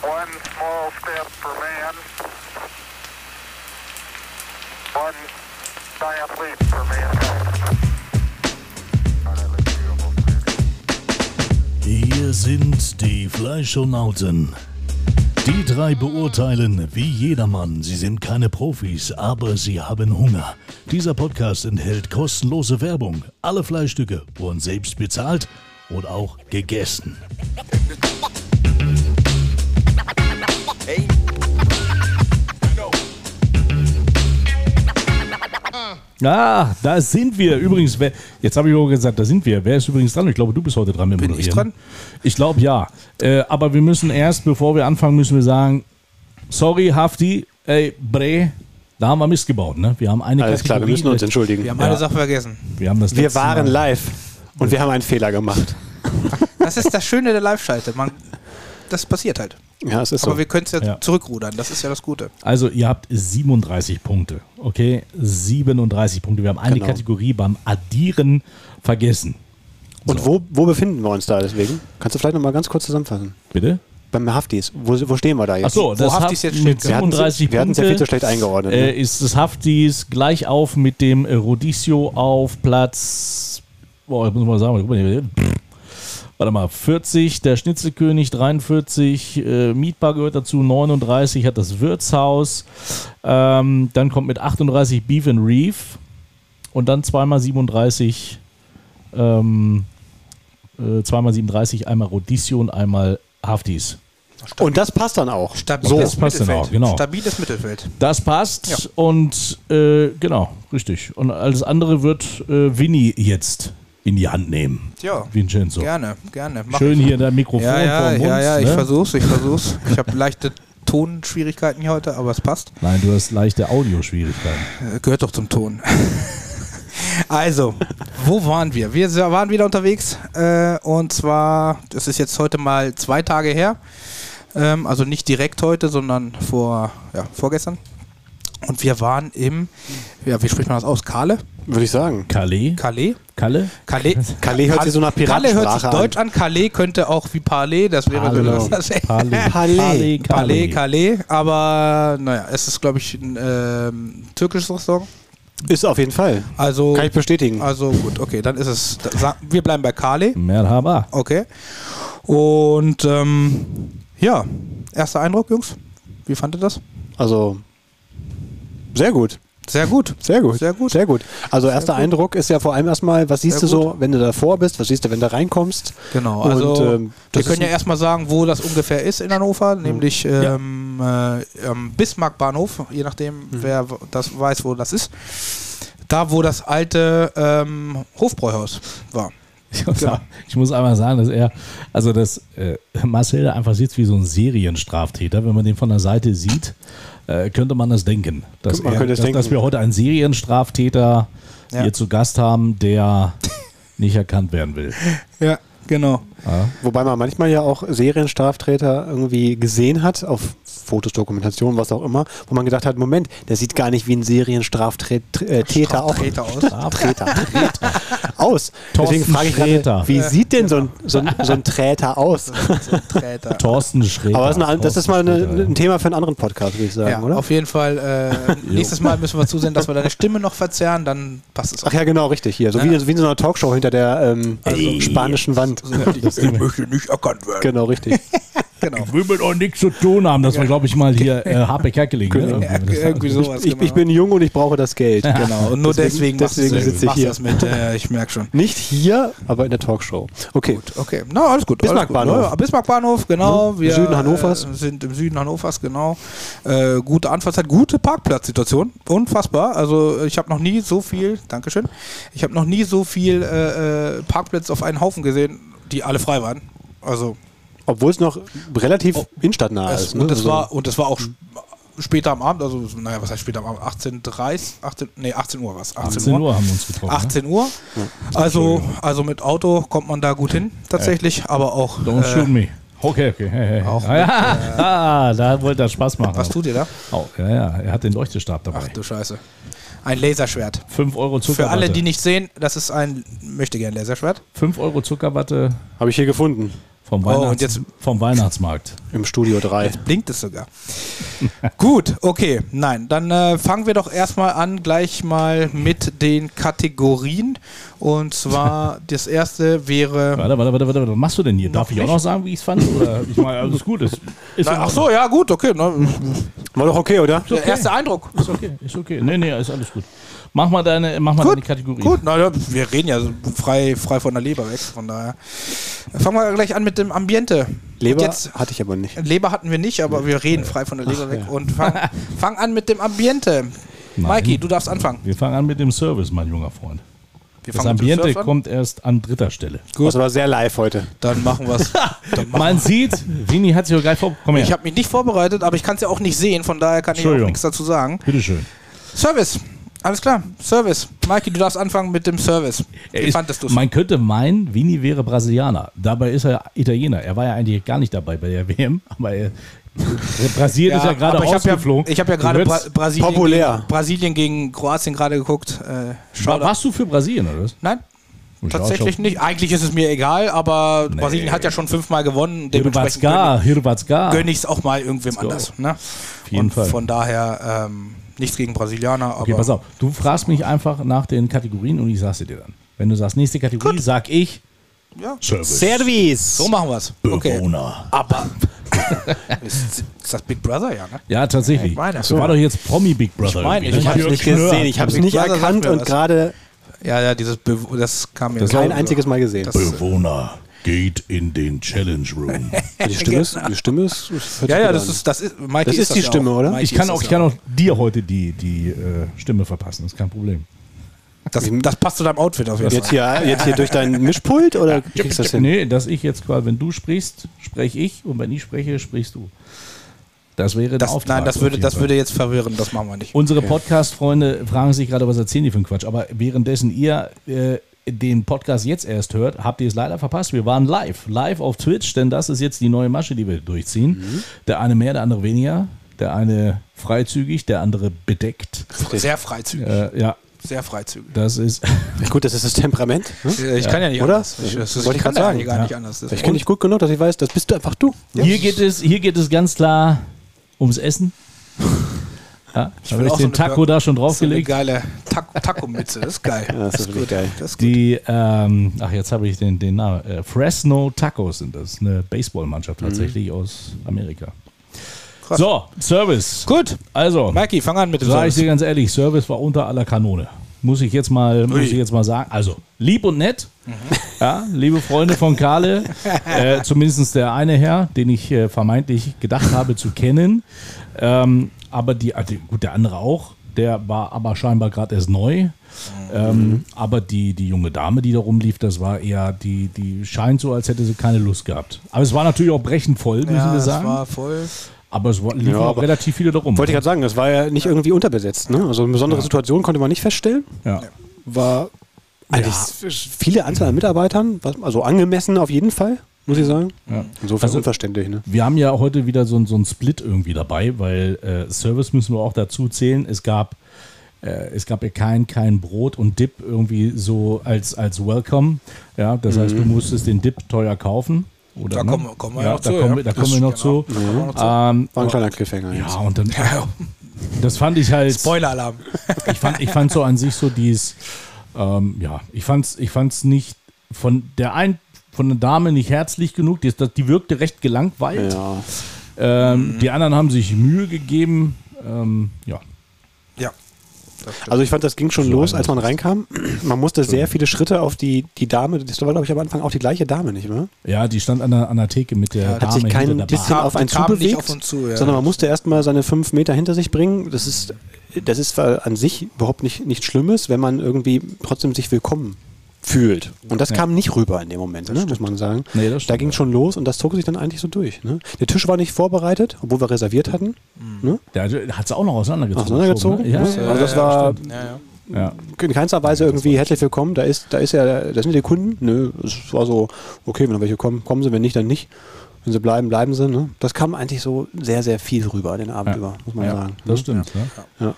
One small step for man, one giant leap for mankind. God, I look beautiful. Hier sind die Fleischonauten. Die drei beurteilen wie jedermann. Sie sind keine Profis, aber sie haben Hunger. Dieser Podcast enthält kostenlose Werbung. Alle Fleischstücke wurden selbst bezahlt und auch gegessen. Ah, da sind wir. Übrigens, wer, jetzt habe ich auch gesagt, da sind wir. Wer ist übrigens dran? Ich glaube, du bist heute dran mit Bin Moderieren. ich dran? Ich glaube, ja. Äh, aber wir müssen erst, bevor wir anfangen, müssen wir sagen, sorry, Hafti, ey, Bre, da haben wir Mist gebaut. Ne? Wir haben eine Alles klar, wir Kategorie- müssen uns entschuldigen. Wir Wir, haben eine Sache vergessen. Wir, haben das letzte waren Mal, live Mhm. und wir haben einen Fehler gemacht. Das ist das Schöne der Live-Schalte. Man, das passiert halt. Ja, es ist Aber so. wir können es ja, Ja. zurückrudern. Das ist ja das Gute. Also, ihr habt 37 Punkte. Okay, 37 Punkte. Wir haben eine Genau. Kategorie beim Addieren vergessen. Und wo, wo befinden wir uns da deswegen? Kannst du vielleicht nochmal ganz kurz zusammenfassen? Bitte? Beim Haftis, wo, wo stehen wir da jetzt? Ach so, das Haftis Haft- jetzt mit steht, wir hatten 37 wir hatten Punkte ja viel zu schlecht eingeordnet. äh, ne? ist das Haftis gleich auf mit dem äh, Rodizio auf Platz. Boah, ich muss mal sagen, guck mal hier. Warte mal, 40, der Schnitzelkönig, 43, äh, Mietbar gehört dazu, 39 hat das Wirtshaus, ähm, dann kommt mit 38 Beef and Reef und dann zweimal 37, ähm, äh, zweimal 37, einmal Rodizio und einmal Haftis. und das passt dann auch. So. Das passt dann auch, genau. Stabiles Mittelfeld. Das passt Ja. und äh, genau, richtig. Und alles andere wird äh, Winnie jetzt in die Hand nehmen. Ja, Vincenzo. gerne, gerne. Mach Schön ich. hier der Mikrofon Ja, ja, vorm Mund, ja, ja, ich ne? versuch's, ich versuch's. Ich habe leichte Tonschwierigkeiten hier heute, aber es passt. Nein, du hast leichte Audioschwierigkeiten. Äh, Gehört doch zum Ton. Also, wo waren wir? Wir waren wieder unterwegs äh, und zwar, das ist jetzt heute mal zwei Tage her, ähm, also nicht direkt heute, sondern vor, ja, vorgestern. Und wir waren im, ja, wie spricht man das aus? Kale? Würde ich sagen. Kalle? Calais? Kalle? Calais? Calais hört sich so nach Kalle hört sich Piratensprache an. Deutsch an, Calais könnte auch wie Parley, das wäre so das. Palais. Palais. Palais. Palais, Palais. Calais, aber naja, es ist, glaube ich, ein ähm, türkisches Restaurant. Ist auf jeden Fall. Also, Kann ich bestätigen. also gut, okay, dann ist es. da- sa- Wir bleiben bei Kale. Merhaba. Okay. Und ähm, ja, erster Eindruck, Jungs. Wie fandet ihr das? Also, sehr gut. Sehr gut. Sehr gut. Sehr gut. Sehr gut. Also, erster Eindruck ist ja vor allem erstmal, was siehst Sehr du so, wenn du davor bist? Was siehst du, wenn du reinkommst? Genau, Und, also ähm, wir das können ja ist- erstmal sagen, wo das ungefähr ist in Hannover, nämlich ähm, äh, am Bismarckbahnhof, je nachdem, wer w- das weiß, wo das ist. Da, wo das alte ähm, Hofbräuhaus war. Ich muss, Genau. sagen- ich muss einmal sagen, dass er, also dass äh, Marcel da einfach sitzt wie so ein Serienstraftäter. Wenn man den von der Seite sieht, äh, könnte man das denken. Dass, Man er, könnte es dass, denken. dass wir heute einen Serienstraftäter Ja. hier zu Gast haben, der nicht erkannt werden will. Ja, genau. Wobei man manchmal ja auch Serienstraftäter irgendwie gesehen hat, auf Fotos, Dokumentationen, was auch immer, wo man gedacht hat, Moment, der sieht gar nicht wie ein Serienstraftäter äh, Täter auch Treter aus. Treter, Treter. aus. Deswegen Thorsten frage ich gerade, Sträter. wie sieht denn so ein, so ein, so ein Träter aus? also Treter. Thorsten Schreter. Aber das ist, eine, das ist mal eine, Thorsten Sträter, ein Thema für einen anderen Podcast, würde ich sagen, Ja, oder? auf jeden Fall. Äh, nächstes Mal müssen wir zusehen, dass wir deine Stimme noch verzerren, dann passt es auch. Ach ja, genau, richtig, hier. So wie, wie in so einer Talkshow hinter der ähm, Also spanischen Wand. möchte nicht erkannt werden. Genau, richtig. Genau. ja. Ich will mit euch nichts zu tun haben. Das war, glaube ich, mal hier äh, Harpe Kerkeling. Ne? Irgendwie sowas. Ich, genau. ich bin jung und ich brauche das Geld. Genau, und nur deswegen, Deswegen- deswegen machst du- sitze ich machst du hier. das mit. Äh, ich merke schon. Nicht hier, aber in der Talkshow. Okay. Okay, na alles gut. Bismarckbahnhof. Bismarckbahnhof. Bismarckbahnhof, genau. Ja, im Hm? Süden Hannovers. äh, sind im Süden Hannovers, genau. Äh, gute Anfahrtszeit, gute Parkplatzsituation. Unfassbar. Also ich habe noch nie so viel, Dankeschön, ich habe noch nie so viel äh, äh, Parkplätze auf einen Haufen gesehen, die alle frei waren. Also Obwohl es noch relativ innenstadtnah Oh. es, ist. Ne? und, es Also, war, und es war auch sp- später am Abend, also naja, was heißt später am Abend? 18.30 18, nee, 18 Uhr war es. 18, 18 Uhr haben wir ne? uns getroffen. 18 Uhr. Also, also mit Auto kommt man da gut hin, tatsächlich, aber auch. Ne? Don't shoot äh, me. Okay, okay. Hey, hey. Auch äh, ah, ja. ah, da wollte er Spaß machen. was tut ihr da? Oh, ja, ja, er hat den Leuchtestab Ach dabei. du Scheiße. Ein Laserschwert. 5 Euro Für Zuckerwatte. alle, die nicht sehen, das ist ein möchte gern Laserschwert. 5 Euro Zuckerwatte Habe ich hier gefunden. Vom, Oh, Weihnachts und jetzt- vom Weihnachtsmarkt. Im Studio 3. Blinkt es sogar. Gut, okay. Nein, dann äh, fangen wir doch erstmal an, gleich mal mit den Kategorien. Und zwar das erste wäre. Warte, warte, warte, warte, was machst du denn hier? Darf ich auch nicht. noch sagen, wie ich es fand? Oder ich meine, alles gut. Ist, ist Na, ach so, ja, gut, okay. Ne, War doch okay, oder? Äh, der erste Eindruck. Ist okay, ist okay. Nee, nee, ist alles gut. Mach mal deine, mach mal deine Kategorie. Gut, na, ja, wir reden ja so frei, frei von der Leber weg, von daher. Fangen wir gleich an mit dem Ambiente. Leber Jetzt, hatte ich aber nicht. Leber hatten wir nicht, aber wir reden frei von der Leber weg ja. und fangen fang an mit dem Ambiente. Mikey, du darfst anfangen. Wir fangen an mit dem Service, mein junger Freund. Wir Das mit dem Ambiente Surf an. kommt erst an dritter Stelle. Gut. Das war sehr live heute. Dann machen wir es. Man sieht, Vini hat sich auch gleich vor. Komm her. Ich habe mich nicht vorbereitet, aber ich kann es ja auch nicht sehen, von daher kann ich auch Entschuldigung. nichts dazu sagen. Bitteschön. Service. Alles klar, Service. Mikey, du darfst anfangen mit dem Service. Wie Ist- fandest du es? Man könnte meinen, Vini wäre Brasilianer. Dabei ist er Italiener. Er war ja eigentlich gar nicht dabei bei der WM, aber er, Brasilien ist ja gerade aber ich hab ausgeflogen. Ja, ich habe ja Du gerade Bra hörst- Brasilien, populär. Gegen, Brasilien gegen Kroatien gerade geguckt. Äh, Wa- Shoutout. warst du für Brasilien oder was? Oh, Nein, Ja, tatsächlich schon. nicht. Eigentlich ist es mir egal, aber Brasilien hat ja schon fünfmal gewonnen. Dementsprechend Hirvatska, Hirvatska. gönne ich es auch mal irgendwem anders. Ne? jeden Und Fall. von daher ähm, nichts gegen Brasilianer, aber Okay, pass auf. Du fragst mich einfach nach den Kategorien und ich sag's dir dann. Wenn du sagst, nächste Kategorie, sag ich Ja. Service. Service! so machen wir es. Okay. Bewohner. Aber ist, ist das Big Brother, ja, ne? Ja, tatsächlich. Ich meine. das war doch jetzt Promi Big Brother. Ich meine, irgendwie. ich Ich hab's ne? Jörg nicht Knörr. gesehen, ich hab's Big nicht Brother sagt erkannt mir und was. gerade Ja, ja, dieses Be das kam mir Das kein gerade. einziges Mal gesehen. Das- Bewohner geht in den Challenge Room. Äh, Die Stimme ist, die Stimme ist, ist hört Ja, sich ja, gut das an. ist das ist Mikey Das ist die ja Stimme, auch. oder? Mikey ich kann ist auch, das ich kann ja auch dir heute die, die äh, Stimme verpassen, das ist kein Problem. Das, das passt zu deinem Outfit auf jeden Fall. Mhm. Jetzt hier, äh, jetzt hier durch dein Mischpult oder kriegst du das hin? Nee, dass ich jetzt quasi, wenn du sprichst, spreche ich und wenn ich spreche, sprichst du. Das wäre der Das, Auftrag. nein, das auf würde, jeden das Fall. würde jetzt verwirren, das machen wir nicht. Unsere Podcast-Freunde fragen sich gerade, was erzählen die für einen Quatsch. Aber währenddessen ihr äh, den Podcast jetzt erst hört, habt ihr es leider verpasst. Wir waren live, live auf Twitch, denn das ist jetzt die neue Masche, die wir durchziehen. Mhm. Der eine mehr, der andere weniger. Der eine freizügig, der andere bedeckt. Sehr freizügig. Äh, ja, Sehr freizügig. das ist. Gut, das ist das Temperament. Hm? Ich kann ja nicht Oder? anders. Ich, das, Wollte ich ich kann grad ja sagen. gar nicht Ja. anders. Das Ich kenne dich gut genug, dass ich weiß, das bist du einfach du. Hier geht, es, hier geht es ganz klar ums Essen. Ja, ich will habe ich auch den so eine Taco Bra- da schon ist eine draufgelegt. geile Tak- Taco-Mütze. Das ist geil. Ja, das ist wirklich gut. geil. Das ist gut. Die, ähm, ach, jetzt habe ich den, den Namen. Äh, Fresno Tacos sind das. Eine Baseballmannschaft tatsächlich aus Amerika. Mhm. Krass. So, Service. Gut. Also, Mikey, fang an mit dem sage ich dir Service. ganz ehrlich, Service war unter aller Kanone. Muss ich jetzt mal, muss ich jetzt mal sagen. Also, lieb und nett. Mhm. Ja, liebe Freunde von Kale, äh, zumindest der eine Herr, den ich äh, vermeintlich gedacht habe zu kennen. Ähm, aber die, also gut, der andere auch, der war aber scheinbar gerade erst neu. Ähm, Mhm. Aber die, die junge Dame, die da rumlief, das war eher, die, die scheint so, als hätte sie keine Lust gehabt. Aber es war natürlich auch brechend voll, müssen Ja, wir das sagen. war voll. Aber es war- liefen Ja, auch aber- relativ viele da rum. Wollte ich gerade sagen, das war ja nicht irgendwie unterbesetzt. Ne? Also eine besondere Situation konnte man nicht feststellen. ja. War eigentlich viele Anzahl an Mitarbeitern, was- also angemessen auf jeden Fall, muss ich sagen. Insofern Also- unverständlich. Ne? Wir haben ja heute wieder so, ein- so einen Split irgendwie dabei, weil äh, Service müssen wir auch dazu zählen. Es gab, äh, es gab ja kein, kein Brot und Dip irgendwie so als, als Welcome. Ja, das heißt, du musstest den Dip teuer kaufen. Mhm. Da Oder, ne? kommen wir- kommen wir ja, noch da zu, Kommen, ja. wir- Da Das- kommen wir noch genau, zu. da kommen wir noch zu. Ähm, War ein kleiner Cliffhanger ja, jetzt. und dann, das fand ich halt. Spoiler-Alarm. Ich fand, ich fand so an sich so dies, ähm, ja, ich fand's, ich fand's nicht von der ein, von der Dame nicht herzlich genug. Die, ist- die wirkte recht gelangweilt. Ja. Mhm. Ähm, Die anderen haben sich Mühe gegeben. Ähm, ja. Ja. Also ich fand, das ging schon los, als man reinkam. Man musste sehr viele Schritte auf die, die Dame, das war glaube ich am Anfang auch die gleiche Dame, nicht wahr? ja, die stand an der, an der Theke mit der Ja, hat Dame Hat sich hinter kein der Bar. bisschen Kam- auf einen kam zu nicht bewegt, auf uns zu, ja. sondern man musste erstmal seine fünf Meter hinter sich bringen. Das ist, das ist zwar an sich überhaupt nicht, nichts Schlimmes, wenn man irgendwie trotzdem sich willkommen fühlt. Und das kam nicht rüber in dem Moment, ne, muss man sagen. Nee, das da stimmt, ging schon los und das zog sich dann eigentlich so durch. Ne? Der Tisch war nicht vorbereitet, obwohl wir reserviert hatten. Mhm. Ne? Der also, hat sie auch noch auseinandergezogen. Auseinandergezogen? Ne? Ja, ne? ja, Also das war Ja, ja. ja. in keinster Weise irgendwie herzlich willkommen. Da ist, da ist ja, das sind die Kunden. Nö, es war so, okay, wenn noch welche kommen, kommen sie, wenn nicht, dann nicht. Wenn sie bleiben, bleiben sie. Ne? Das kam eigentlich so sehr, sehr viel rüber den Abend über, muss man ja, sagen. das stimmt. Ne? Ja.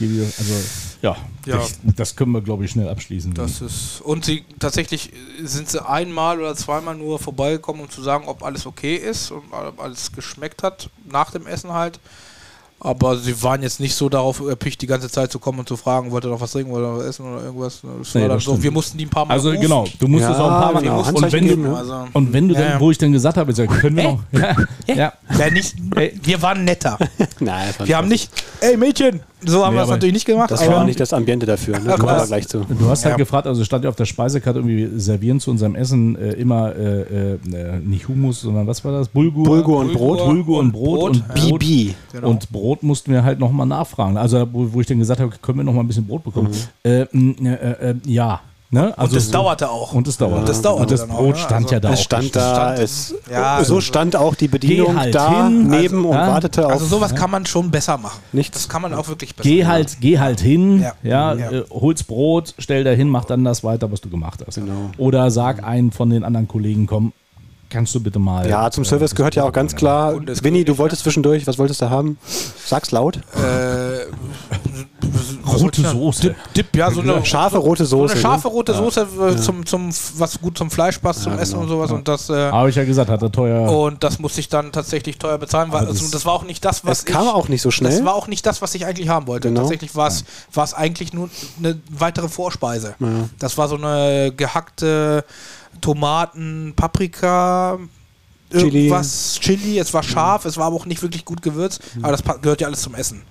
Gebe ich- Also, Ja, Ja. ich, das können wir, glaube ich, schnell abschließen. Mhm. Das ist und sie tatsächlich äh, sind sie einmal oder zweimal nur vorbeigekommen, um zu sagen, ob alles okay ist und ob alles geschmeckt hat nach dem Essen halt. Aber sie waren jetzt nicht so darauf erpicht, die ganze Zeit zu kommen und zu fragen, wollt ihr noch was trinken, wollt ihr noch was essen oder irgendwas. Das war Nee, dann das so, stimmt. wir mussten die ein paar Mal also rufen. genau, du musst Ja, es auch ein paar Mal genau, machen. und Handzeichen wenn geben, du, ja. Also, und wenn du dann, Ja. wo ich dann gesagt habe, ich sag, können wir noch? Ja, ja. ja, nicht, wir waren netter. Nein, das war Wir haben nicht, ey Mädchen, so haben Nee, wir es aber natürlich nicht gemacht. Das war auch nicht das Ambiente dafür. Ne? Ja, Kommen wir krass. aber gleich zu. Du hast halt Ja. gefragt, also stand ja auf der Speisekarte irgendwie servieren zu unserem Essen äh, immer äh, äh, nicht Hummus, sondern was war das? Bulgur. Bulgur und Brot. Bulgur und Brot und Brot, Brot. BB. Genau. Und Brot mussten wir halt nochmal nachfragen. Also, wo, wo ich dann gesagt habe, können wir nochmal ein bisschen Brot bekommen? Mhm. Äh, m, äh, äh, ja. Ne? Also, das dauerte auch. Und das dauerte. Und das dauerte Und das dann auch, Brot ne? stand Also- ja da Es auch. stand da, es, Ja, so also- stand auch die Bedienung halt da hin, neben also- und ja. wartete auf. also sowas kann man schon besser machen. Nichts. Das kann man auch wirklich besser Geh halt, geh halt hin, ja, Ja. Ja. Äh, hol's Brot, stell da hin, mach dann das weiter, was du gemacht hast. Oder sag einen von den anderen Kollegen, komm, kannst du bitte mal. ja, zum äh, Service gehört ja auch ganz klar. Bundeskönig, Winnie, du wolltest zwischendurch, was wolltest du haben? Sag's laut. Äh, Rote Soße. Dip, Dip, ja, so eine, Scharfe rote so Soße. eine ne? scharfe rote Soße, äh, Zum, zum, was gut zum Fleisch passt, zum genau. Essen und sowas. Und, das, äh, Habe ich ja gesagt, hat er teuer. und das musste ich dann tatsächlich teuer bezahlen, weil Aber also, das- das war auch nicht das, was ne? es kam ich, auch nicht so das schnell. war auch nicht das, was ich eigentlich haben wollte. Genau. Tatsächlich war es war es eigentlich nur eine weitere Vorspeise. Das war so eine gehackte Tomaten, Paprika, Chili. irgendwas, Chili. Es war scharf, es war aber auch nicht wirklich gut gewürzt, aber das pa- gehört ja alles zum Essen.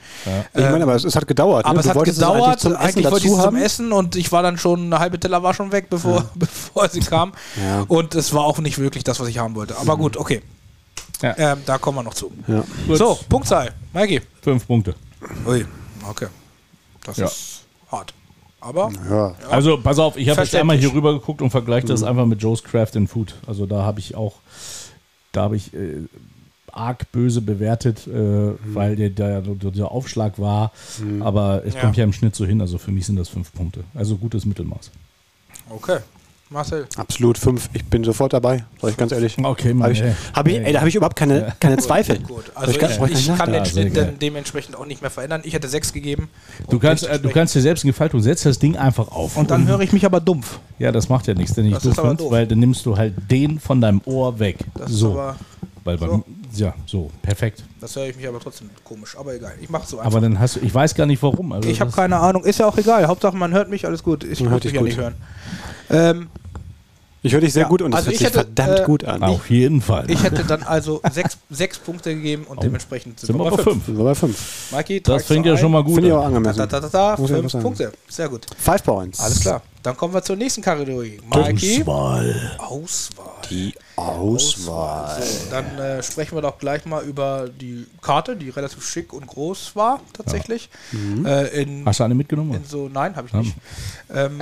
ich meine, aber es, es hat gedauert. Aber ne? es du hat wolltest gedauert, Es eigentlich zum Essen wollte ich dazu es zum haben. Essen und ich war dann schon, eine halbe Teller war schon weg, bevor, bevor sie kam. Ja. Mhm. Und es war auch nicht wirklich das, was ich haben wollte. Aber gut, okay. Ja. Ähm, da kommen wir noch zu. Ja. Gut. So, Punktzahl. Maggie. Fünf Punkte. Ui, okay. Das Ja. ist hart. Aber Ja. Also pass auf, ich habe jetzt Verständlich. einmal hier rüber geguckt und vergleiche das einfach mit Joe's Craft and Food. Also da habe ich auch, da habe ich äh, arg böse bewertet, äh, weil der, der, der Aufschlag war. Aber es Ja. kommt ja im Schnitt so hin. Also für mich sind das fünf Punkte. Also gutes Mittelmaß. okay. Marcel. Absolut fünf. Ich bin sofort dabei, sag ich ganz ehrlich. Okay, Mann, Habe ich, ey. hab ich, ey, da habe ich überhaupt keine, keine Zweifel. Gut. Hab Also ich, ganz- brauch ich, nicht kann nachdenken. den Ja, Schnitt sehr geil. dann dementsprechend auch nicht mehr verändern. Ich hätte sechs gegeben. Du kannst, äh, du dementsprechend- kannst dir selbst einen Gefallen tun. Setz das Ding einfach auf. Und dann höre ich mich aber dumpf. ja, das macht ja nichts, denn ich Das ist doof aber find's, doof. weil dann nimmst du halt den von deinem Ohr weg. Das ist so, aber, weil beim, so. ja, so perfekt. das höre ich mich aber trotzdem komisch. Aber egal. Ich mache so einfach. Aber dann hast du, ich weiß gar nicht warum. Also Ich habe das- keine Ahnung, ist ja auch egal. Hauptsache man hört mich, alles gut. Ich Man muss hört mich dich ja gut. nicht hören. Ähm, Ich höre dich sehr Ja, gut und es also hört ich sich hätte, verdammt äh, gut an. Auf jeden Fall. ich hätte dann also sechs, sechs Punkte gegeben und dementsprechend Oh. sind wir bei fünf. fünf. Sind wir bei fünf. Mikey, Das tragst du fängt ja ein. schon mal gut Finde ich auch an. angemessen. Da, da, da, da, Muss ich fünf einfach sagen. Punkte. Sehr gut. Five Points. Alles klar. Dann kommen wir zur nächsten Kategorie. Mikey. Auswahl. Auswahl. Die Auswahl. So, dann äh, sprechen wir doch gleich mal über die Karte, die relativ schick und groß war, tatsächlich. Äh, in, Mhm. Hast du eine mitgenommen? Hm. in so, nein, habe ich nicht. Ähm,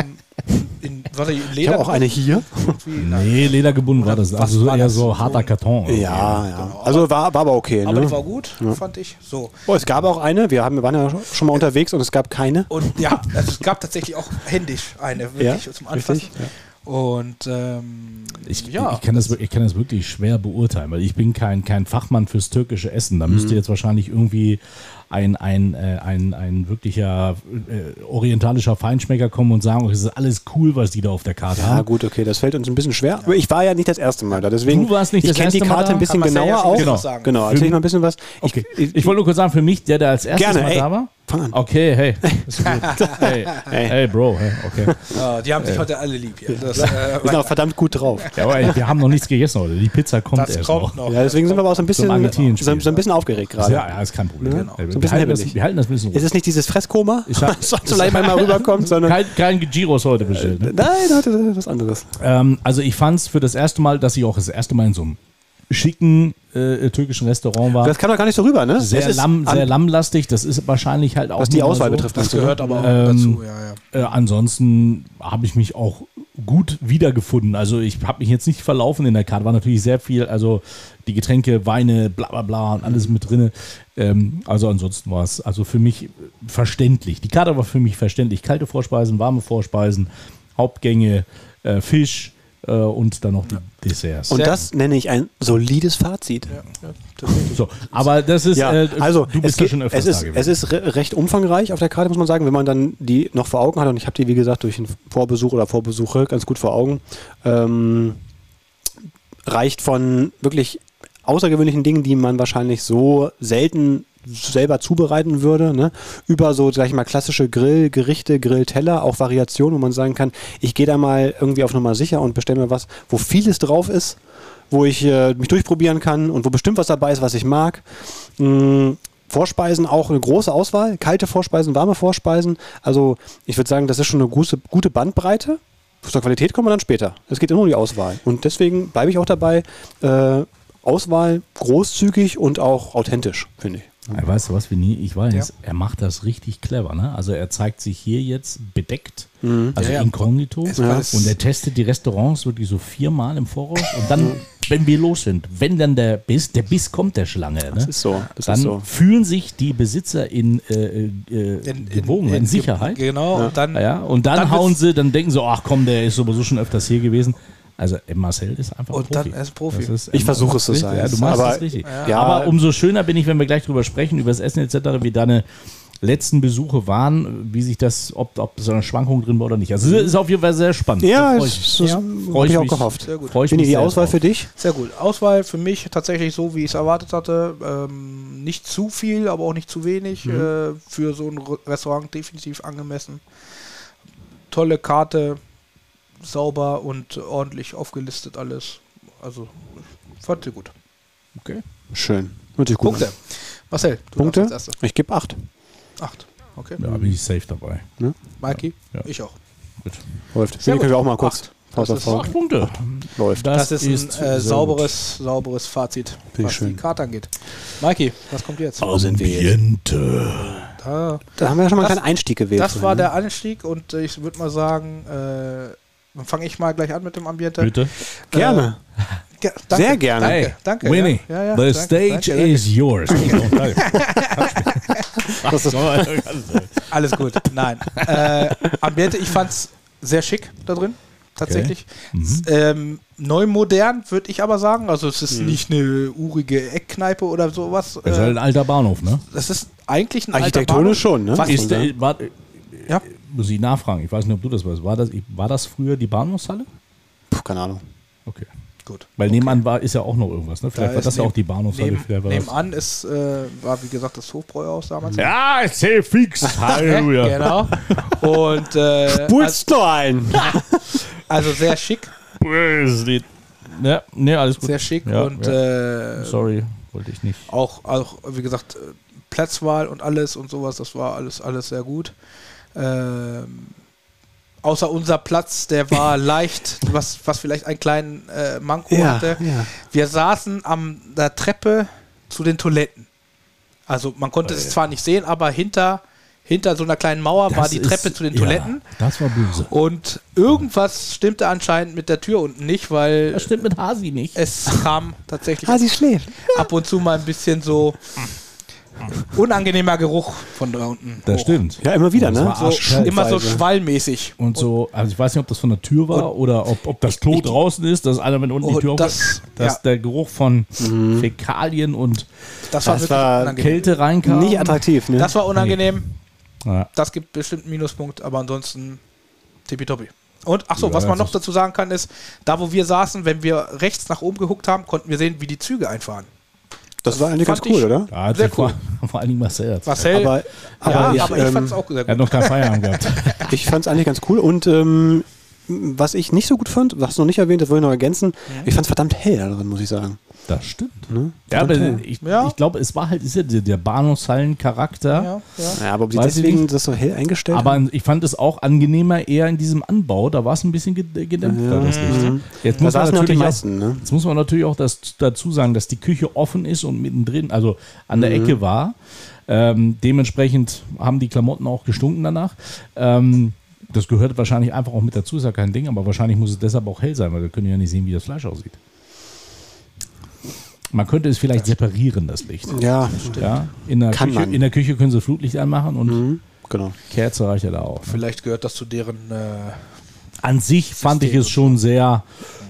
in, warte, in Ich Leder. habe auch eine hier. irgendwie, nein. Nee, ledergebunden war Oder das. was Also so war eher das? so harter Karton. Ja, ja. Also war, war aber okay. Genau, Aber ne? die war gut, fand ich. So. Oh, es gab auch eine. Wir haben, wir waren ja schon mal unterwegs und es gab keine. Und ja, also es gab tatsächlich auch händisch eine, wirklich Ja, zum Anfassen. richtig, Und ähm, Ich, ja, ich, kann das, ich kann das wirklich schwer beurteilen, weil ich bin kein, kein Fachmann fürs türkische Essen. Da Mhm. müsste jetzt wahrscheinlich irgendwie ein, ein, äh, ein, ein wirklicher äh, orientalischer Feinschmecker kommen und sagen, oh, das ist alles cool, was die da auf der Karte Ja, haben. gut, okay. Das fällt uns ein bisschen schwer. Aber ich war ja nicht das erste Mal da. Deswegen, Du warst nicht ich das kenne die erste Mal Karte da? ein bisschen Kann man genauer ja schon aus. genau. Genau, sagen. genau. erzähl ich mal ein bisschen was. Ich, Okay. Ich, wollte nur kurz sagen, für mich, der da als erstes Gerne, Mal ey. da war. Fang an. Okay, hey. Ist gut. hey, Ey. hey, Bro. Hey, okay. ah, die haben sich heute alle lieb hier. Das, äh, wir sind auch Genau, verdammt gut drauf. Genau, Ja, aber ey, wir haben noch nichts gegessen heute. Die Pizza kommt das erst noch. kommt noch. Ja, deswegen sind wir aber auch so ein bisschen, Argentinien-Spiel. so, so ein bisschen aufgeregt gerade. Ja, ja, ist kein Problem. Genau. So Ey, ein wir, bisschen halten das, hibbelig. wir halten das ein bisschen Es ruhig. ist nicht dieses Fresskoma, Ich hab- was sonst vielleicht mal rüberkommt, sondern. Äh, Kein, kein Giros heute bestellt. Ne? Nein, heute was anderes. Ähm, also ich fand es für das erste Mal, dass ich auch das erste Mal in so einem schicken äh, türkischen Restaurant war. Das kam doch gar nicht so rüber, ne? Sehr, Es ist lamm, an- sehr lammlastig. Das ist wahrscheinlich halt auch Was die nur mal Auswahl so. betrifft, Das meinst du, ne? gehört aber auch Ähm, dazu, ja, ja. Äh, ansonsten habe ich mich auch gut wiedergefunden. Also ich habe mich jetzt nicht verlaufen in der Karte. War natürlich sehr viel, also die Getränke, Weine, bla bla bla und alles mit drinne. Ähm, also ansonsten war es also für mich verständlich. Die Karte war für mich verständlich. Kalte Vorspeisen, warme Vorspeisen, Hauptgänge, äh, Fisch, äh, äh, und dann noch die Desserts. Und das nenne ich ein solides Fazit. so, aber das ist, Ja, äh, also du bist es, ja geht- schon öfters es ist, da gewesen. es ist re recht umfangreich auf der Karte, muss man sagen, wenn man dann die noch vor Augen hat. Und ich habe die, wie gesagt, durch einen Vorbesuch oder Vorbesuche ganz gut vor Augen. Ähm, reicht von wirklich außergewöhnlichen Dingen, die man wahrscheinlich so selten selber zubereiten würde, ne? über so, sag ich mal, klassische Grillgerichte, Grillteller, auch Variationen, wo man sagen kann, ich gehe da mal irgendwie auf Nummer sicher und bestelle mir was, wo vieles drauf ist, wo ich äh, mich durchprobieren kann und wo bestimmt was dabei ist, was ich mag. Mm, Vorspeisen auch eine große Auswahl, kalte Vorspeisen, warme Vorspeisen. Also ich würde sagen, das ist schon eine gute, gute Bandbreite. Zur Qualität kommen wir dann später. Es geht immer um die Auswahl. Und deswegen bleibe ich auch dabei, äh, Auswahl großzügig und auch authentisch, finde ich. Ja, weißt du was, Vinny? Ich weiß, er macht das richtig clever. Ne? Also er zeigt sich hier jetzt bedeckt, Mhm. also Ja, ja. inkognito. Es weiß- Und er testet die Restaurants wirklich so viermal im Voraus. Und dann, Mhm. wenn wir los sind, wenn dann der Biss, der Biss kommt der Schlange. Ne? Das ist so. Das dann ist so. fühlen sich die Besitzer in, äh, äh, gewogen, in, Sicherheit. Genau, und dann, Ja, ja, und dann, dann hauen wird's- sie, dann denken sie, ach komm, der ist sowieso schon öfters hier gewesen. Also äh, Marcel ist einfach Und Profi. dann ist Profi. Das ist, Ich versuche es zu sein. Ja, du machst Aber- es richtig. Ja. Aber umso schöner bin ich, wenn wir gleich drüber sprechen, über das Essen etc., wie deine letzten Besuche waren, wie sich das, ob, ob so eine Schwankung drin war oder nicht. Also es ist auf jeden Fall sehr spannend. Ja, Da das, freu das, mich. habe Freu ich auch mich. gehofft. Sehr gut. Freu ich Bin mich die sehr Auswahl drauf. für dich? Sehr gut. Auswahl für mich tatsächlich so, wie ich es erwartet hatte. Ähm, nicht zu viel, aber auch nicht zu wenig. Äh, für so ein Re- Restaurant definitiv angemessen. Tolle Karte, sauber und ordentlich aufgelistet alles. Also, ich fand sie gut. Schön. Natürlich gut. Punkte. Marcel, du Punkte? darfst als Erster. Ich gebe acht. Acht. Okay. Ja, bin ich safe dabei. Maiki? Ja. Ich auch. Läuft. Sehr Hier gut. können wir auch mal kurz. Acht. Das ist Haushaltsfrau. Acht Punkte. Läuft. Das, ist ein äh, sehr gut. sauberes, sauberes Fazit, ich was die schön. Karte angeht. Maiki, was kommt jetzt? Also- Ah. Ambiente. Da. Da haben wir ja schon mal Das- keinen Einstieg gewählt. Das war vorhin, ne? der Anstieg und äh, ich würde mal sagen, äh, dann fange ich mal gleich an mit dem Ambiente. Bitte. ne? äh, Gerne. Ge- danke, Sehr gerne. Danke, danke. Winnie, ja. Ja, ja, danke, the stage danke, danke. is yours. Das ist, Alles gut. Nein. Äh, Ambiente, ich fand's sehr schick da drin. Tatsächlich. Mhm. S- Ähm, neu modern, würde ich aber sagen. Also es Mhm. ist nicht eine urige Eckkneipe oder sowas. Das ist halt ein Äh, alter Bahnhof, ne? das ist eigentlich ein Architektonisch alter schon, ne? Was- Muss Ist, man äh, war, Bahnhof. Ja. muss ich nachfragen, ich weiß nicht, ob du das weißt. War das, war das früher die Bahnhofshalle? Puh, keine Ahnung. Okay. Gut. Weil nebenan war, ist ja auch noch irgendwas, ne? Vielleicht war ist das ja neben- auch die Bahnhofshalle. vielleicht Neben, war das- nebenan ist, äh, war wie gesagt das Hofbräuhaus damals. Ja, ich sehe fix. Halleluja. Genau. Und äh, Pulst nur ein! Also sehr schick, ja, nee, alles gut. sehr schick Ja, und ja. Äh, Sorry, wollte ich nicht. auch, auch, wie gesagt, äh, Platzwahl und alles und sowas, das war alles, alles sehr gut. Ähm, außer unser Platz, der war leicht, was, was vielleicht einen kleinen äh, Manko hatte. ja. Wir saßen am der Treppe zu den Toiletten. Also man konnte Oh es zwar nicht sehen, aber hinter, hinter so einer kleinen Mauer war Das die ist- Treppe zu den ja, Toiletten. Das war böse. Und irgendwas stimmte anscheinend mit der Tür unten nicht, weil stimmt mit Hasi nicht. es kam tatsächlich Ah, sie schläft. ab und zu mal ein bisschen so unangenehmer Geruch von da unten. Das hoch. stimmt. Ja, immer wieder, Das ne? war So, arschkalt. immer so schwallmäßig. Und so, also ich weiß nicht, ob das von der Tür war oder ob, ob das Klo draußen ist, dass einer mit unten die Und Tür aufmacht. das- dass ja. der Geruch von Fäkalien und Das war Das wirklich war unangenehm. Kälte reinkam. Nicht attraktiv, ne? Das war unangenehm. ja. Das gibt bestimmt einen Minuspunkt, aber ansonsten tippitoppi. Und ach so, Ja, was man das noch ist- dazu sagen kann, ist, da wo wir saßen, wenn wir rechts nach oben geguckt haben, konnten wir sehen, wie die Züge einfahren. das war eigentlich fand ganz cool, ich- oder? Ja, Sehr sehr cool. Vor, vor allen Dingen Marcel. hat's- Marcel, Aber, aber ja, ich, aber ich fand ähm, es auch sehr Er hat gut. noch keinen Feierabend gehabt. ich fand es eigentlich ganz cool. Und ähm, was ich nicht so gut fand, was noch nicht erwähnt, das wollte ich noch ergänzen, ich fand es verdammt hell da drin, muss ich sagen. Das stimmt. Ne? Ja, aber ich, Ja. ich glaube, es war halt, ist ja der, der Bahnhofshallen-Charakter. Ja, ja. Ja, aber ob sie Weiß ich deswegen nicht. das so hell eingestellt Aber haben? ich fand es auch angenehmer eher in diesem Anbau. Da war es ein bisschen ged- gedämpfter, das Licht. Jetzt Da muss, man saßen halt die natürlich auch, meisten, ne? jetzt muss man natürlich auch das, dazu sagen, dass die Küche offen ist und mittendrin, also an Mhm. der Ecke war. Ähm, dementsprechend haben die Klamotten auch gestunken danach. Ähm, das gehört wahrscheinlich einfach auch mit dazu, ist ja kein Ding, aber wahrscheinlich muss es deshalb auch hell sein, weil wir können ja nicht sehen, wie das Fleisch aussieht. Man könnte es vielleicht separieren, das Licht. Ja, Ja, in, der Kann Küche, man. in der Küche können sie Flutlicht anmachen und genau. Kerze reicht ja da auch. Ne? Vielleicht gehört das zu deren äh, an sich fand ich es schon sehr,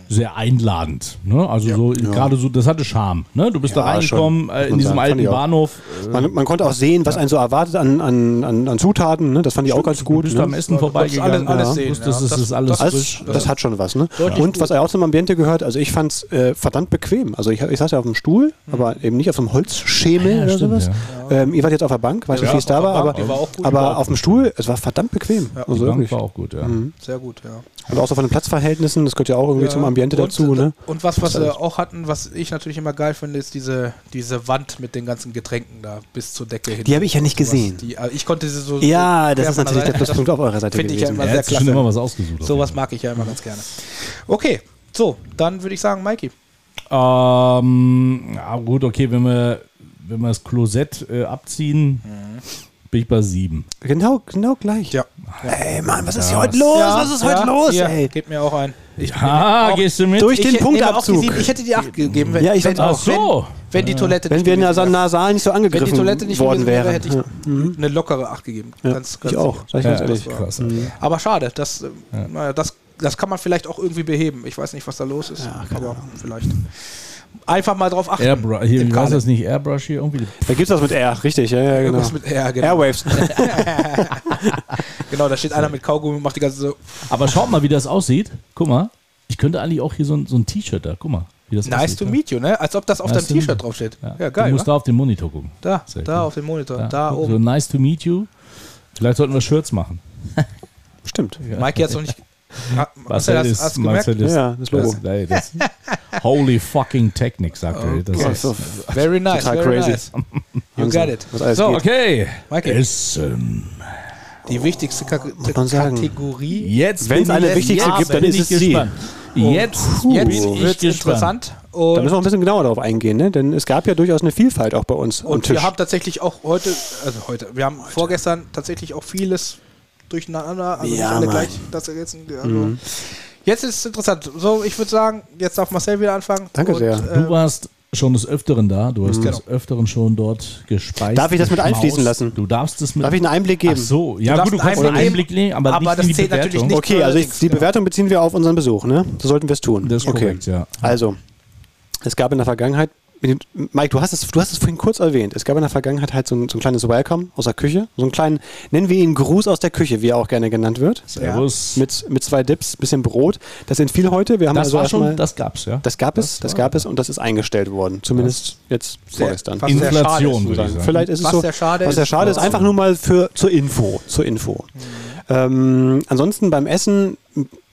sehr einladend. Ne? Also so gerade so, das hatte Charme. Ne? Du bist da Ja, reingekommen schon. äh, Muss in man diesem sagen. Fand alten ich auch. Bahnhof. Man, man konnte auch sehen, was einen so erwartet an, an, an, an Zutaten. Ne? Das fand ich auch ganz gut. bist ne? am Essen alles- vorbeigegangen. alles ja. sehen, wusstest, ja. das ist Das- alles frisch. Also, das hat schon was, ne? Und was auch zum Ambiente gehört, also ich fand es äh, verdammt bequem. Also ich, ich saß ja auf dem Stuhl, Mhm. aber eben nicht auf dem Holzschemel Ah, ja, oder stimmt, sowas. Ähm, ihr wart jetzt auf der Bank, weiß nicht, Ja, wie es auf da der war, Bank, aber, die war auch gut, die war aber auch auf dem Stuhl, es war verdammt bequem. also Bank wirklich. war auch gut, ja. Sehr gut, ja. Und auch so von den Platzverhältnissen, das gehört ja auch irgendwie zum Ambiente und, äh, dazu, ne? Und was, was wir auch hatten, was ich natürlich immer geil finde, ist diese, diese Wand mit den ganzen Getränken da bis zur Decke hin. Die habe ich ja nicht Sowas. gesehen. Die, also ich konnte sie so. Ja, so das quer ist von natürlich der Seite- Pluspunkt auf eurer Seite Finde ich ja gewesen. immer Er sehr hat sich schon klasse. immer was ausgesucht. auf Sowas jeden mag ich ja immer ganz gerne. Okay, so, dann würde ich sagen, Mikey. Fall. Ähm, ja, gut, okay, wenn wir, wenn wir das Klosett äh, abziehen, Mhm. bin ich bei sieben. Genau, genau gleich. Ja. Ey, Mann, was ist hier heute los? Ja, Oh, was ist heute ja, los, ja, ey? Gib mir auch ein. Ich, Ah, auch- gehst du mit? Durch den hätte- nee, aber auch die Punktabzug. sieben- Ich hätte die 8 gegeben, wenn, Ja, ich wenn, hätte auch. Ach so. wenn, wenn die Toilette Wenn wir in der gewesen wäre. Nasal nicht so Wenn angegriffen die Toilette nicht worden gewesen wäre, wären. hätte ich Ja. Mhm. eine lockere 8 gegeben. Ja, ich auch, sicher. sag ich ganz ehrlich. das war- Krass, Alter. Aber schade, das, äh, naja, das, das kann man vielleicht auch irgendwie beheben. Ich weiß nicht, was da los ist. aber vielleicht. Einfach mal drauf achten. Airbrush, hier, Im wie heißt Kale. das nicht? Airbrush hier irgendwie? Da gibt's was mit R, richtig, ja, ja, genau. Irgendwas mit R, genau. Airwaves. Genau, da steht einer mit Kaugummi und macht die ganze so. Aber schaut mal, wie das aussieht. Guck mal, ich könnte eigentlich auch hier so ein, so ein T-Shirt da, guck mal. Wie das Nice aussieht, to ja. meet you, ne? Als ob das auf deinem Nice to meet T-Shirt you. draufsteht. Ja, Ja, geil. Du musst wa? da auf den Monitor gucken. da, Sehr da cool. auf dem Monitor, Ja, da guck, oben. So nice to meet you. Vielleicht sollten wir Shirts machen. Stimmt. Mike hat es noch nicht. Ah, Marcel, hast, hast du gemerkt? Marcel ist- Ja, das Logo. Das, ey, das, holy fucking Technik, sagt er. Das Okay. ist, So, Very nice, Total very crazy. nice. You Wahnsinn, got it. was alles so, geht. okay. Mikey. Essen. die wichtigste Kate- man sagen. Kategorie. Jetzt Wenn es bin eine ich- wichtigste jetzt gibt, dann bin ist ich es sie. gespannt. Jetzt, Oh, Jetzt bin ich wird gespannt. interessant. Da Und müssen wir auch ein bisschen genauer darauf eingehen, ne? denn es gab ja durchaus eine Vielfalt auch bei uns am Und Tisch. wir haben tatsächlich auch heute, also heute, wir haben vorgestern tatsächlich auch vieles durcheinander, also Ja, nicht alle Mann. Mhm. gleich. Das jetzt, also jetzt ist es interessant. So, ich würde sagen, jetzt darf Marcel wieder anfangen. Danke sehr. Du Äh, warst schon des Öfteren da, du hast des Genau. Öfteren schon dort gespeist. Darf ich das mit geschmaust. einfließen lassen? Du darfst es mit Darf ich einen Einblick geben? Ach so, ja Du gut, du darfst kannst einen einen Einblick Einblick nehmen, aber, aber nicht das in die zählt Bewertung. natürlich nicht. Okay, also ich, Allerdings, die genau. Bewertung beziehen wir auf unseren Besuch, ne? So sollten wir es tun. Das ist korrekt, ja. Also, es gab in der Vergangenheit, mit den- Mike, du hast, es, du hast es vorhin kurz erwähnt, es gab in der Vergangenheit halt so ein, so ein kleines Welcome aus der Küche, so einen kleinen, nennen wir ihn Gruß aus der Küche, wie er auch gerne genannt wird. Servus. Mit, mit zwei Dips, bisschen Brot. Das entfiel heute. Wir haben Das also war schon, erstmal- das gab's, ja. Das gab es, das gab es und das ist eingestellt worden. Zumindest jetzt Sehr- vorgestern. was sehr schade ist, Inflation, muss würde ich sagen. Vielleicht ist es Was so. sehr schade was sehr ist, schade ist, aber- einfach nur mal für, zur Info. Zur Info. Ähm, ansonsten beim Essen,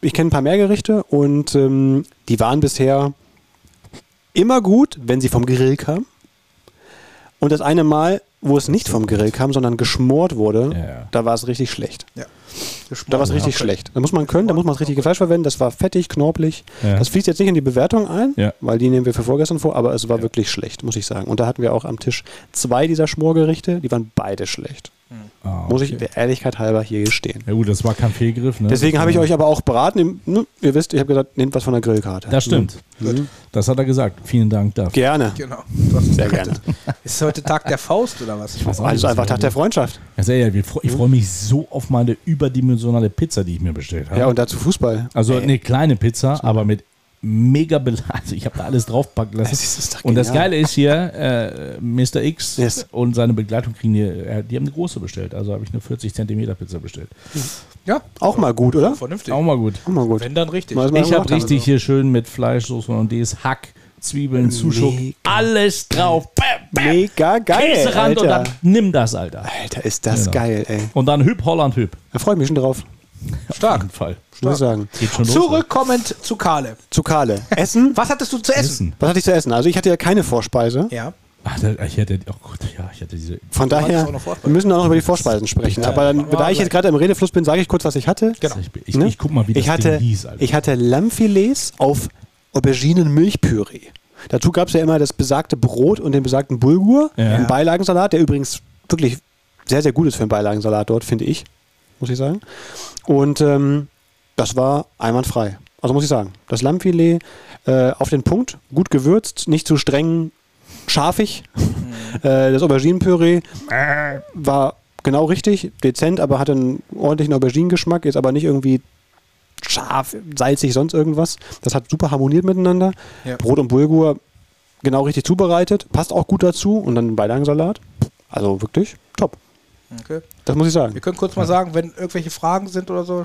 ich kenne ein paar mehr Gerichte und ähm, die waren bisher immer gut, wenn sie vom Grill kamen. Und das eine Mal, wo es nicht vom Grill kam, sondern geschmort wurde, Ja. da war es richtig schlecht. geschmort. Da war es richtig schlecht. Da muss man können, da muss man das richtige Fleisch verwenden. Das war fettig, knorpelig. Ja. Das fließt jetzt nicht in die Bewertung ein, Ja. weil die nehmen wir für vorgestern vor, aber es war wirklich schlecht, muss ich sagen. Und da hatten wir auch am Tisch zwei dieser Schmorgerichte, die waren beide schlecht. Ah, Muss ich okay. der Ehrlichkeit halber hier gestehen. Ja gut, das war kein Fehlgriff. Ne? Deswegen habe ich Das- euch aber auch beraten, im- ne, ihr wisst, ich habe gesagt, nehmt was von der Grillkarte. Mhm. Das stimmt. Das hat er gesagt. Vielen Dank dafür. Gerne. Genau. Du hast es Sehr erkannt. gerne. Ist heute Tag der Faust oder was? Ich weiß auch Also nicht, einfach was Tag der Freundschaft. Ja, sehr, ja, wir fre- ich Mhm. freue mich so auf meine überdimensionale Pizza, die ich mir bestellt habe. Ja, und dazu Fußball. also eine kleine Pizza, aber mit mega Belag. Also ich habe da alles draufpacken lassen. Das ist doch und das genial. Geile ist hier, äh, Mr. X Yes. und seine Begleitung kriegen hier, äh, die haben eine große bestellt. Also habe ich eine 40 Zentimeter Pizza bestellt. Ja, Auch mal gut, oder? vernünftig. Auch mal gut. Auch mal gut. Wenn dann richtig. Mal- mal Ich gemacht habe haben. richtig hier schön mit Fleischsoße und Dies, Hack, Zwiebeln, Zuschuck, alles drauf. Bam, bam. Mega geil. Käserand und Alter. dann nimm das, Alter. Alter, ist das Genau. geil, ey. Und dann Hüb, Holland, Hüb. Da freue ich mich schon drauf. Stark. Fall. Muss ich sagen. Geht schon los. ne? Zurückkommend zu Kale. Zu Kale. Essen? Was hattest du zu essen? Was hatte ich zu essen? Also ich hatte ja keine Vorspeise. Ja. Ach, da, ich hätte, oh Gott, ja, ich hätte diese. Von Du hattest daher, auch noch Vorspeisen. wir müssen auch noch über die Vorspeisen sprechen. Aber dann, machen wir da ich gleich. jetzt gerade im Redefluss bin, sage ich kurz, was ich hatte. Ne? Genau. Ich, ich, ich guck mal, wie das ich hatte, Ding hieß, Alter. Ich hatte Lammfilets auf Auberginen-Milchpüree. Dazu gab es ja immer das besagte Brot und den besagten Bulgur. Ja. Einen Beilagensalat, der übrigens wirklich sehr, sehr gut ist für einen Beilagensalat dort, finde ich. Muss ich sagen. Und ähm, das war einwandfrei. Also muss ich sagen, das Lammfilet äh, auf den Punkt, gut gewürzt, nicht zu streng scharfig. Mhm. Äh, das Auberginenpüree Äh. war genau richtig, dezent, aber hatte einen ordentlichen Auberginengeschmack, jetzt aber nicht irgendwie scharf, salzig, sonst irgendwas. Das hat super harmoniert miteinander. Ja. Brot und Bulgur genau richtig zubereitet, passt auch gut dazu und dann ein Beilagensalat. Also wirklich top. Okay. Das muss ich sagen. Wir können kurz mal sagen, wenn irgendwelche Fragen sind oder so,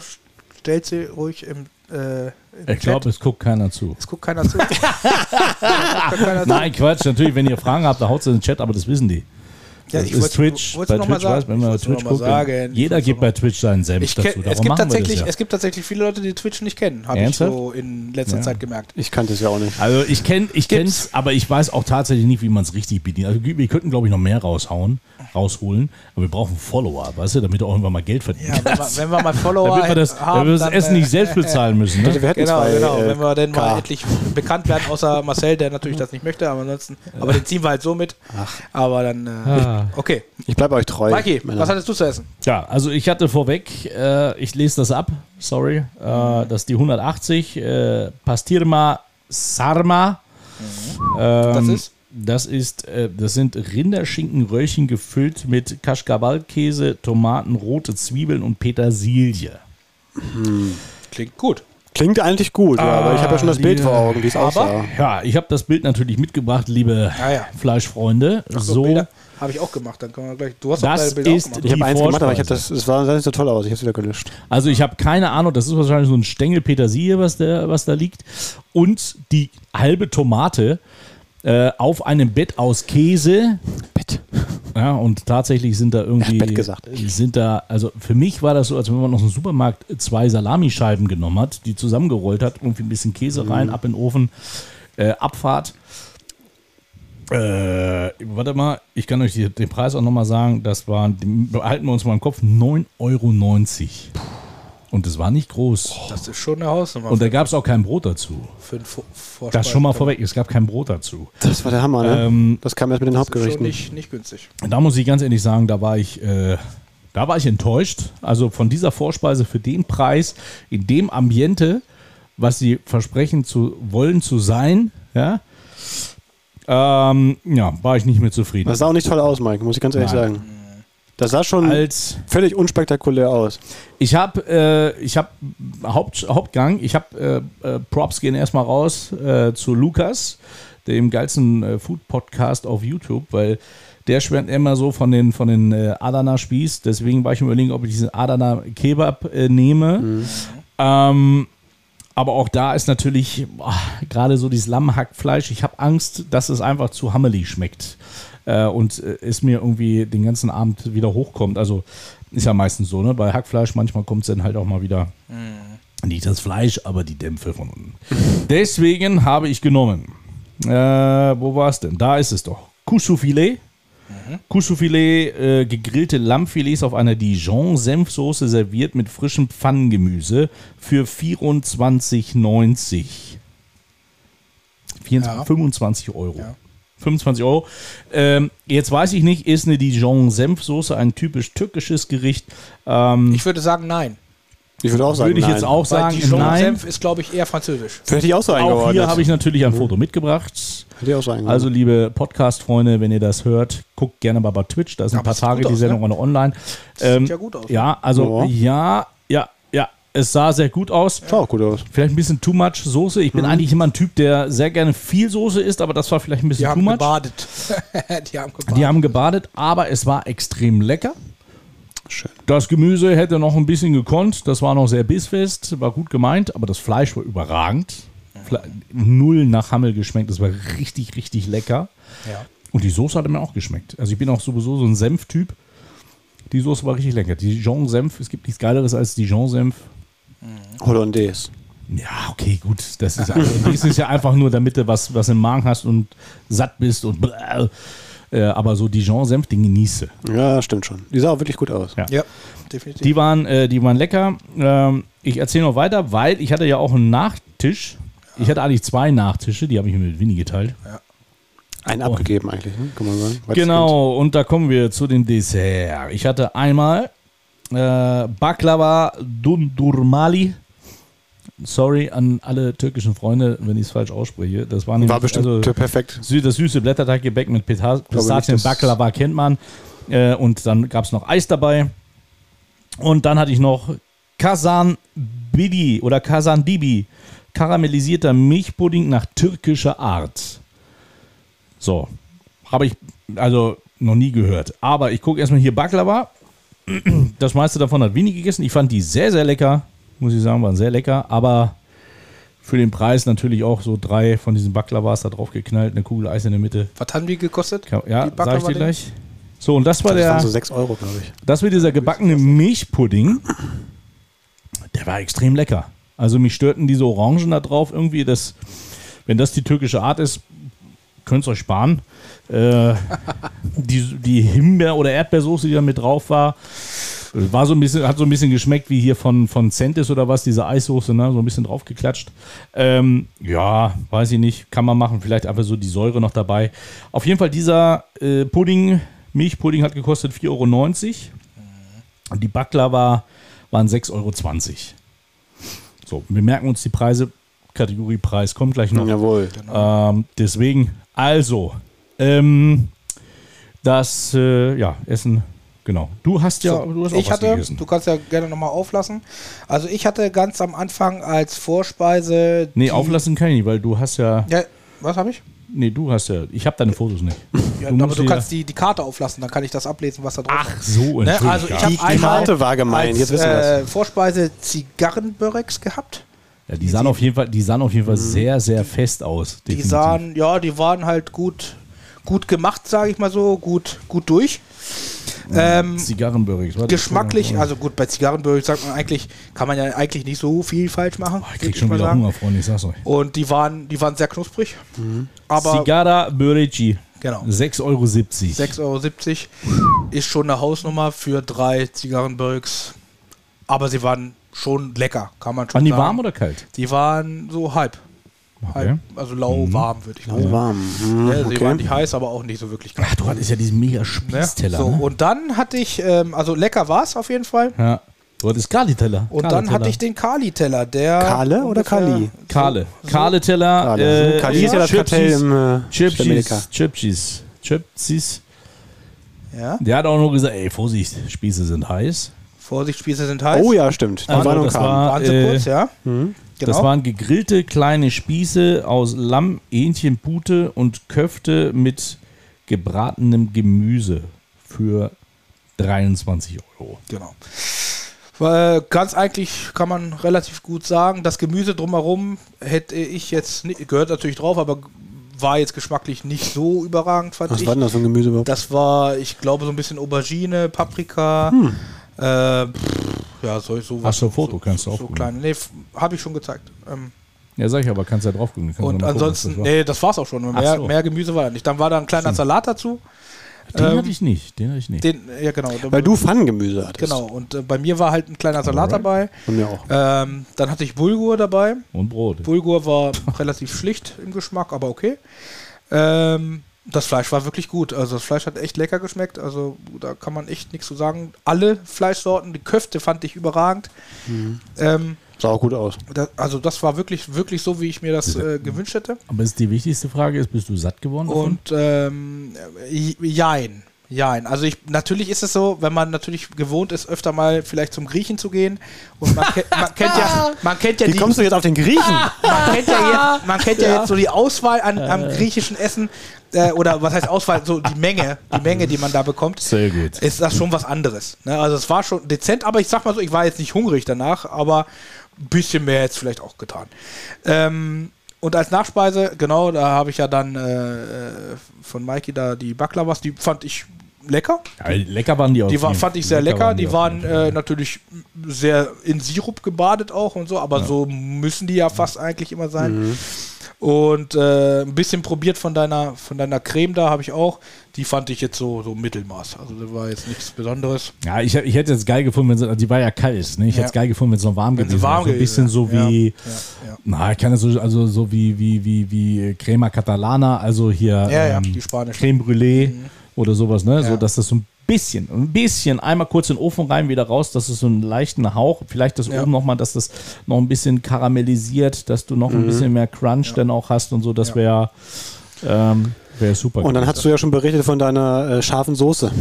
stellt sie ruhig im, äh, im Ich glaube, es guckt keiner zu. Es guckt keiner zu. Es guckt keiner zu. Nein, Quatsch, natürlich, wenn ihr Fragen habt, dann haut sie in den Chat, aber das wissen die. Ja, Das ist Twitch. Wolltest du bei noch mal Twitch sagen? weiß man, wenn man Ich wollt's noch Twitch mal guckt, dann- sagen. jeder Ich gibt bei Twitch seinen Senf Ich dazu. kenn, es, Darum gibt machen wir das tatsächlich, ja. es gibt tatsächlich viele Leute, die Twitch nicht kennen, habe ich Ernsthaft? so in letzter Ja. Zeit gemerkt. Ich kannte es ja auch nicht. Also ich kenne, ich Gibt's. kenn's, aber ich weiß auch tatsächlich nicht, wie man es richtig bedient. Also wir könnten, glaube ich, noch mehr raushauen, rausholen, aber wir brauchen Follower, weißt du, damit du auch irgendwann mal Geld verdienen Ja, wenn, wir, kannst. wenn wir mal Follower damit wir das, haben, damit wir das dann, Essen äh, nicht selbst bezahlen müssen. Ne? Wir hätten Genau, zwei, genau. äh, Wenn wir dann K. mal endlich bekannt werden, außer Marcel, der natürlich das nicht möchte, aber ansonsten. Aber den ziehen wir halt so mit. Aber dann. Äh, Ah. Okay. Ich bleibe euch treu. Maki, Männer. was hattest du zu essen? Ja, also ich hatte vorweg, äh, ich lese das ab, sorry, äh, dass die 180 äh, Pastirma Sarma. Ähm, Mhm. Das ist? Das ist, äh, das sind Rinderschinkenröhrchen gefüllt mit Kaschkabalkäse, Tomaten, rote Zwiebeln und Petersilie. Klingt gut. Klingt eigentlich gut, ja, aber ich habe ja Ah, schon das Bild vor Augen, wie es aussah. Ja, ich habe das Bild natürlich mitgebracht, liebe Ah ja. Fleischfreunde. so, Habe ich auch gemacht. Dann können wir gleich. Du hast auch Oh. Das deine Bilder ist auch gemacht. Ich Die habe eins gemacht, aber ich habe das, Vorspeise. es war sah nicht so toll aus, ich habe es wieder gelöscht. also ich habe keine Ahnung, das ist wahrscheinlich so ein Stängel Petersilie, was, der, was da liegt. Und die halbe Tomate äh, auf einem Bett aus Käse. Bett. Ja, und tatsächlich sind da irgendwie. Ja, Bett gesagt. Sind da, also für mich war das so, als wenn man aus dem Supermarkt zwei Salamischeiben genommen hat, die zusammengerollt hat, irgendwie ein bisschen Mhm. Käse rein, ab in den Ofen, äh, Abfahrt. Äh, warte mal, ich kann euch die, den Preis auch nochmal sagen. Das waren, die- behalten wir uns mal im Kopf, 9,90 Euro. Und das war nicht Oh, groß. Das ist schon eine Hausnummer. Und da gab es auch kein Brot dazu. für einen Vo- Vorspeise. Das schon mal vorweg, es gab kein Brot dazu. Das war der Hammer, ne? Ähm, das kam erst mit den Das ist schon Hauptgerichten. nicht, nicht günstig. Da muss ich ganz ehrlich sagen, da war ich, äh, da war ich enttäuscht. Also von dieser Vorspeise für den Preis, in dem Ambiente, was sie versprechen zu wollen zu sein, ja, ähm, ja war ich nicht mehr zufrieden. Das sah auch nicht toll aus, Mike, muss ich ganz ehrlich Nein. sagen. Das sah schon Als völlig unspektakulär aus. ich habe, äh, ich habe Haupt, Hauptgang, ich habe äh, äh, Props gehen erstmal raus äh, zu Lukas, dem geilsten äh, Food Podcast auf YouTube, weil der schwärmt immer so von den von den äh, Adana Spieß. Deswegen war ich im überlegen, ob ich diesen Adana Kebab äh, nehme. Ähm, aber auch da ist natürlich boah, gerade so dieses Lammhackfleisch. Ich habe Angst, dass es einfach zu hammelig schmeckt äh, und äh, es mir irgendwie den ganzen Abend wieder hochkommt. Also ist ja meistens so, ne? Bei Hackfleisch manchmal kommt es dann halt auch mal wieder. Mhm. Nicht das Fleisch, aber die Dämpfe von unten. Deswegen habe ich genommen. Äh, wo war es denn? Da ist es doch. Kuschoufilet. Mhm. Kuschoufilet, äh, gegrillte Lammfilets auf einer Dijon-Senfsoße serviert mit frischem Pfannengemüse für 24,90. 24, Ja. 25 Euro. Ja. 25 Euro. Ähm, jetzt weiß ich nicht, ist eine Dijon-Senfsoße ein typisch türkisches Gericht? Ähm, Ich würde sagen, nein. Ich würde auch sagen, würde ich nein. jetzt auch Weil sagen, die nein. Senf ist, glaube ich, eher französisch. Hätte ich auch so Auch eingeordnet. hier habe ich natürlich Mhm. ein Foto mitgebracht. Hätte ich auch so eingeordnet. Also, liebe Podcast-Freunde, wenn ihr das hört, guckt gerne mal bei Twitch. Da ist ein Aber paar sieht gut Tage die aus, ne? Sendung auch noch online. Ähm, ja gut aus. Ja, also, Ja. ja, ja, ja. Es sah sehr gut aus. sah auch gut aus. Vielleicht ein bisschen too much Soße. Ich bin Mhm. eigentlich immer ein Typ, der sehr gerne viel Soße isst, aber das war vielleicht ein Die bisschen too haben much. gebadet. die haben gebadet. Die haben gebadet, aber es war extrem lecker. Schön. Das Gemüse hätte noch ein bisschen gekonnt. Das war noch sehr bissfest, war gut gemeint, aber das Fleisch war überragend. Fle Null nach Hammel geschmeckt. Das war richtig, richtig lecker. Ja. Und die Soße hatte mir auch geschmeckt. Also ich bin auch sowieso so ein Senftyp. Die Soße war richtig lecker. Dijon-Senf, es gibt nichts Geileres als Dijon-Senf. Hollandaise. Ja, okay, gut. Das ist, das ist ja einfach nur, damit du was, was im Magen hast und satt bist und bläh. Äh, aber so Dijon-Senf, den genieße. Ja, stimmt schon. Die sah auch wirklich gut aus. Ja. Ja, definitiv. Die waren, äh, die waren lecker. Ähm, ich erzähle noch weiter, weil ich hatte ja auch einen Nachtisch. Ich hatte eigentlich zwei Nachtische, die habe ich mir mit Winnie geteilt. Einen abgegeben eigentlich, ne? kann man sagen. Weitestgehend. Oh. Genau, und da kommen wir zu dem Dessert. Ich hatte einmal äh, Baklava Dundurmali. Sorry an alle türkischen Freunde, wenn ich es falsch ausspreche. Das war, nämlich, War bestimmt also, perfekt. sü- das süße Blätterteiggebäck mit Pita- Pistazien. das- Baklava kennt man. Äh, und dann gab es noch Eis dabei. Und dann hatte ich noch Kazan Bidi oder Kazan Dibi. Karamellisierter Milchpudding nach türkischer Art. So. Habe ich also noch nie gehört. Aber ich gucke erstmal hier Baklava. Das meiste davon hat Winnie gegessen. Ich fand die sehr, sehr lecker. Muss ich sagen, waren sehr lecker. Aber für den Preis natürlich auch so drei von diesen Baklavas da drauf geknallt. Eine Kugel Eis in der Mitte. Was haben die gekostet? Ka- Ja, Die Baklava sag ich dir denn? gleich. So, und das war Das der. waren so 6 Euro, glaube ich. Das mit dieser gebackene Milchpudding, der war extrem lecker. Also mich störten diese Orangen da drauf irgendwie. Das, wenn das die türkische Art ist, könnt ihr euch sparen. Äh, die, die Himbeer- oder Erdbeersoße, die da mit drauf war, war so ein bisschen, hat so ein bisschen geschmeckt wie hier von, von Centis oder was, diese Eissoße, ne? so ein bisschen draufgeklatscht. Ähm, ja, weiß ich nicht, kann man machen, vielleicht einfach so die Säure noch dabei. Auf jeden Fall, dieser äh, Pudding, Milchpudding hat gekostet 4,90 Euro. Und die Baklava waren 6,20 Euro. So, wir merken uns die Preise. Kategorie Preis kommt gleich noch. Jawohl. Ähm, deswegen, also, ähm, das äh, ja, Essen, genau. Du hast ja, So, du hast auch ich was hatte, gegessen. du kannst ja gerne nochmal auflassen. Also ich hatte ganz am Anfang als Vorspeise. Nee, die- auflassen kann ich nicht, weil du hast ja, Ja, was habe ich? nee, du hast ja, ich habe deine Fotos nicht. Ja, musst aber du dir- kannst die, die Karte auflassen, dann kann ich das ablesen, was da drauf ist. Ach so, Ne, Entschuldigung. also ich ja. hab Die einmal Karte war gemein, als, jetzt wissen wir das. äh, Vorspeise Zigarrenbörex gehabt. ja, die sahen auf jeden Fall, die sahen auf jeden Fall sehr, sehr fest aus. Mhm. Die definitiv. sahen, ja, die waren halt gut, gut gemacht, sage ich mal so, gut, gut durch. Ähm, Zigarrenburger. warte, geschmacklich, ich- also gut, bei Zigarrenbörex sagt man eigentlich, kann man ja eigentlich nicht so viel falsch machen. Boah, Oh, ich würd krieg schon mal wieder sagen. Hunger, Freunde, ich sag's euch. Und die waren, die waren sehr knusprig. Mhm. Aber Zigarra Börici. Genau. 6,70 Euro. 6,70 Euro ist schon eine Hausnummer für drei Zigarrenbörex. Aber sie waren schon lecker, kann man schon Waren die sagen. warm oder kalt? Die waren so halb. halb also Mhm. lauwarm, würde ich mal sagen. Warm. Hm, Ja, sie okay. waren nicht heiß, aber auch nicht so wirklich kalt. Ach, du hattest ja diesen mega Ne? Spießteller. So, ne? und dann hatte ich, ähm, also lecker war es auf jeden Fall. Ja. Du hattest Kali-Teller. Und dann hatte ich den Kali-Teller, der. Kale oder ungefähr- Kali? Kale. Kale-Teller. Kale. Kali ist ja das Äh, Chipsis, Kartell im äh, Südamerika. Chipsis. Chipsis. Chipsis. Ja. Der hat auch nur gesagt, ey, Vorsicht, Spieße sind heiß. Vorsicht, Spieße sind heiß. Oh ja, Mhm. stimmt. Die Also, Warnung das kam. war- Waren sie äh, kurz, ja? Genau. Das waren gegrillte kleine Spieße aus Lamm, Hähnchen, Pute und Köfte mit gebratenem Gemüse für 23 Euro. Genau. Weil ganz eigentlich kann man relativ gut sagen, das Gemüse drumherum hätte ich jetzt, ni- gehört natürlich drauf, aber war jetzt geschmacklich nicht so überragend, fand Was ich. war denn das für ein Gemüse überhaupt? Das war, ich glaube, so ein bisschen Aubergine, Paprika, äh, pff, ja, so, so Hm. Hast du ein Foto? so, Kannst du auch So gucken. kleine, nee, habe ich schon gezeigt. Ähm, Ja, sag ich aber, kannst ja drauf gucken. kannst und ja mal gucken, was ansonsten, das war. nee, das war's auch schon. Mehr, so. Hm. mehr Gemüse war da nicht. Dann war da ein kleiner Salat dazu. den ähm, hatte ich nicht. Den hatte ich nicht. Den, ja, genau. Weil du Pfannengemüse hattest. Genau, und äh, bei mir war halt ein kleiner Salat dabei. Bei mir auch. Ähm, dann hatte ich Bulgur dabei. und Brot. Bulgur war relativ schlicht im Geschmack, aber okay. Ähm, das Fleisch war wirklich gut. Also das Fleisch hat echt lecker geschmeckt. Also da kann man echt nichts zu sagen. Alle Fleischsorten, die Köfte fand ich überragend. Ähm, Sah auch gut aus. da, also das war wirklich, wirklich so, wie ich mir das äh, gewünscht hätte. Aber ist die wichtigste Frage ist, bist du satt geworden? davon? Und ähm, j- jein. Jein. Also ich, natürlich ist es so, wenn man natürlich gewohnt ist, öfter mal vielleicht zum Griechen zu gehen. Und man, ke man kennt ja, man kennt ja Wie die, Ah! kommst du jetzt auf den Griechen? man kennt ja jetzt, man kennt ja jetzt so die Auswahl an, am griechischen Essen äh, oder was heißt Auswahl, so die Menge, die Menge, die man da bekommt, Sehr gut. ist das schon was anderes. Ne? Also es war schon dezent, aber ich sag mal so, ich war jetzt nicht hungrig danach, aber ein bisschen mehr hätte es vielleicht auch getan. Ähm, und als Nachspeise, genau, da habe ich ja dann äh, äh, von Mikey da die Baklavas, die fand ich lecker. Ja, lecker waren die auch. Die war, fand ich sehr lecker. Die waren Äh, äh, natürlich sehr in Sirup gebadet auch und so, aber so müssen die ja fast eigentlich immer sein. Und äh, ein bisschen probiert von deiner, von deiner Creme da habe ich auch. Die fand ich jetzt so, so Mittelmaß. Also das war jetzt nichts Besonderes. ja, ich, ich hätte es geil gefunden, wenn sie, die war ja kalt, ne? Ich Ja. hätte es geil gefunden, wenn es noch warm Wenn sie gewesen wäre. warm So ein bisschen so gewesen wäre. wie, Ja, ja. na, ich kann das so, also so wie, wie, wie, wie Crema Catalana, also hier Ja, ja, ähm, die spanische. Mhm. Creme Brûlée oder sowas, ne? So, Ja. dass das so ein bisschen, ein bisschen, einmal kurz in den Ofen rein, wieder raus, dass es so einen leichten Hauch, vielleicht das Ja. oben nochmal, dass das noch ein bisschen Mhm. karamellisiert, dass du noch ein bisschen mehr Crunch dann auch hast und so, das wäre, ähm, Wäre super. Und dann hast du ja schon berichtet von deiner äh, scharfen Soße.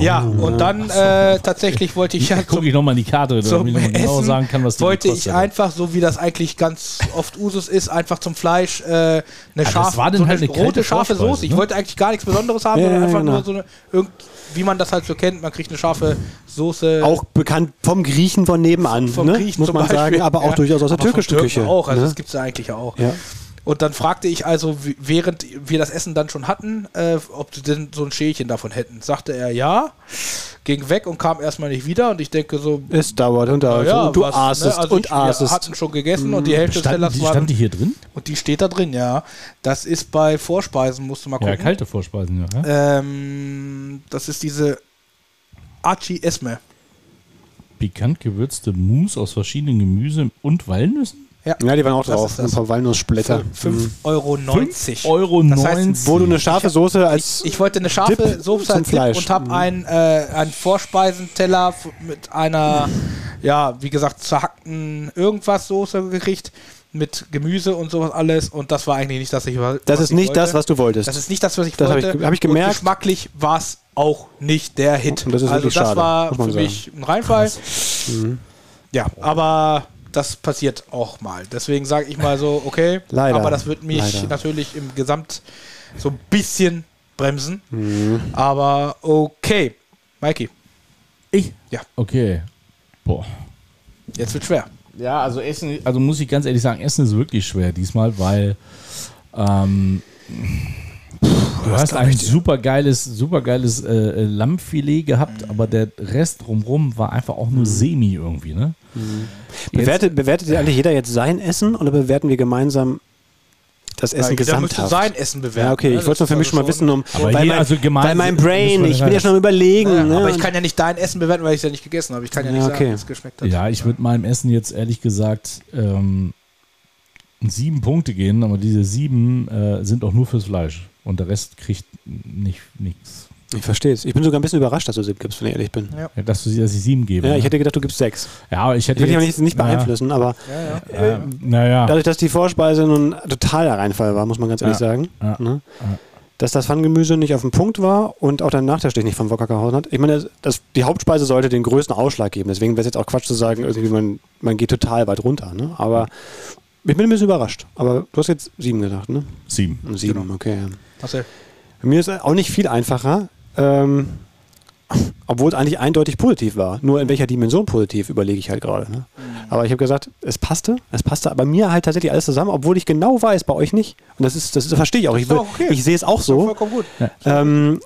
Ja, und dann äh, tatsächlich wollte ich ja Guck ich nochmal in die Karte, zum damit ich nochmal genau Essen sagen kann, was die wollte ich gekostet hat. einfach, so wie das eigentlich ganz oft Usus ist, einfach zum Fleisch äh, Ah, eine scharfe, war denn so halt eine kalte rote scharfe Vorspeise, Soße. Ich ne? wollte eigentlich gar nichts Besonderes haben, Ja, sondern ja, einfach genau. nur so eine, irgend, wie man das halt so kennt, man kriegt eine scharfe Soße. Auch bekannt vom Griechen von Äh. nebenan, vom ne? Griechen muss zum man Beispiel. sagen, aber auch Ja. durchaus aus der Aber vom türkischen Türken Küche. Auch, also ne? das gibt es ja eigentlich auch. Ja. Und dann fragte ich also, w- während wir das Essen dann schon hatten, äh, ob sie denn so ein Schälchen davon hätten. Sagte er ja, ging weg und kam erstmal nicht wieder. Und ich denke so, Es dauert und dauert. naja, und du was, aßest ne? also und ich, Wir aßest. Mhm. hatten schon gegessen und die Hälfte des Stand, Tellers die, stand die war. hier drin? Und die steht da drin, ja. Das ist bei Vorspeisen, musst du mal gucken. Ja, kalte Vorspeisen, ja. ähm, das ist diese Achi Esme. Pikant gewürzte Mousse aus verschiedenen Gemüse und Walnüssen? Ja, die waren auch Das drauf. Mhm. ist das. Ein paar Walnusssplitter. 5,90 Euro. 5,90 Euro. Das heißt, Wo du eine scharfe Soße als. Ich wollte eine scharfe Dip Soße zum als Dip Fleisch. Mhm. und habe einen, äh, einen Vorspeisenteller f- mit einer, ja, wie gesagt, zerhackten irgendwas Soße gekriegt mit Gemüse und sowas alles und das war eigentlich nicht das, ich wa- was das ist ich nicht das, wollte. was du wolltest. Das ist nicht das, was ich Das hab wollte. ich ge- hab ich Und gemerkt. geschmacklich war es auch nicht der Hit. Und das ist also das wirklich schade, war muss für man sagen. mich ein Reinfall. Ja, Oh. aber das passiert auch mal. Deswegen sage ich mal so, okay, Leider. aber das wird mich Leider. natürlich im Gesamt so ein bisschen bremsen. Mhm. Aber okay, Mikey, Ich? Ja. Okay. Boah. jetzt wird schwer. Ja, also Essen, also muss ich ganz ehrlich sagen, Essen ist wirklich schwer diesmal, weil ähm, du hast ein super geiles, super geiles äh, äh, Lammfilet gehabt, aber der Rest drumrum war einfach auch nur semi irgendwie, ne? bewertet, bewertet ja eigentlich jeder jetzt sein Essen oder bewerten wir gemeinsam das Essen Jeder müsste gesamthaft? sein Essen bewerten. ja, okay, ne? ich wollte es nur Das für ist mich schon mal also wissen, um. Aber bei, hier, mein, also gemein- bei meinem müssen wir Brain, das ich bin ja rein- schon am Überlegen. Ja, ne? aber ich Und- kann ja nicht dein Essen bewerten, weil ich es ja nicht gegessen habe. Ich kann ja nicht Ja, sagen, okay. wie es geschmeckt hat. Ja, ich würde meinem Essen jetzt ehrlich gesagt ähm, sieben Punkte gehen, aber diese sieben äh, sind auch nur fürs Fleisch und der Rest kriegt nicht nichts. Ich verstehe es. Ich bin sogar ein bisschen überrascht, dass du sieben gibst, wenn ich ehrlich bin. Ja, dass, du, dass ich sieben gebe. Ja, ne? ich hätte gedacht, du gibst sechs. ja, aber ich hätte Ich will dich aber jetzt- nicht, nicht beeinflussen, aber Ja, ja. Ja, ja, naja. dadurch, dass die Vorspeise nun totaler Reinfall war, muss man ganz ehrlich Ja. sagen, Ja. ne? dass das Pfannengemüse nicht auf dem Punkt war und auch dein Nachtischstich nicht vom Wocker gehauen hat. Ich meine, das, die Hauptspeise sollte den größten Ausschlag geben. Deswegen wäre es jetzt auch Quatsch zu sagen, irgendwie man, man geht total weit runter. Ne? Aber ich bin ein bisschen überrascht. Aber du hast jetzt sieben gedacht, ne? sieben. Sieben, Genau. okay. Ja. Marcel, Bei Mir ist auch nicht viel einfacher, ähm, obwohl es eigentlich eindeutig positiv war. Nur in welcher Dimension positiv, überlege ich halt gerade. Ne? Mhm. Aber ich habe gesagt, es passte. Es passte bei mir halt tatsächlich alles zusammen, obwohl ich genau weiß, bei euch nicht. Und das ist, das ist- verstehe ich auch. Ich, Ist will- auch okay. ich sehe es auch Oh. so. vollkommen gut. Ähm,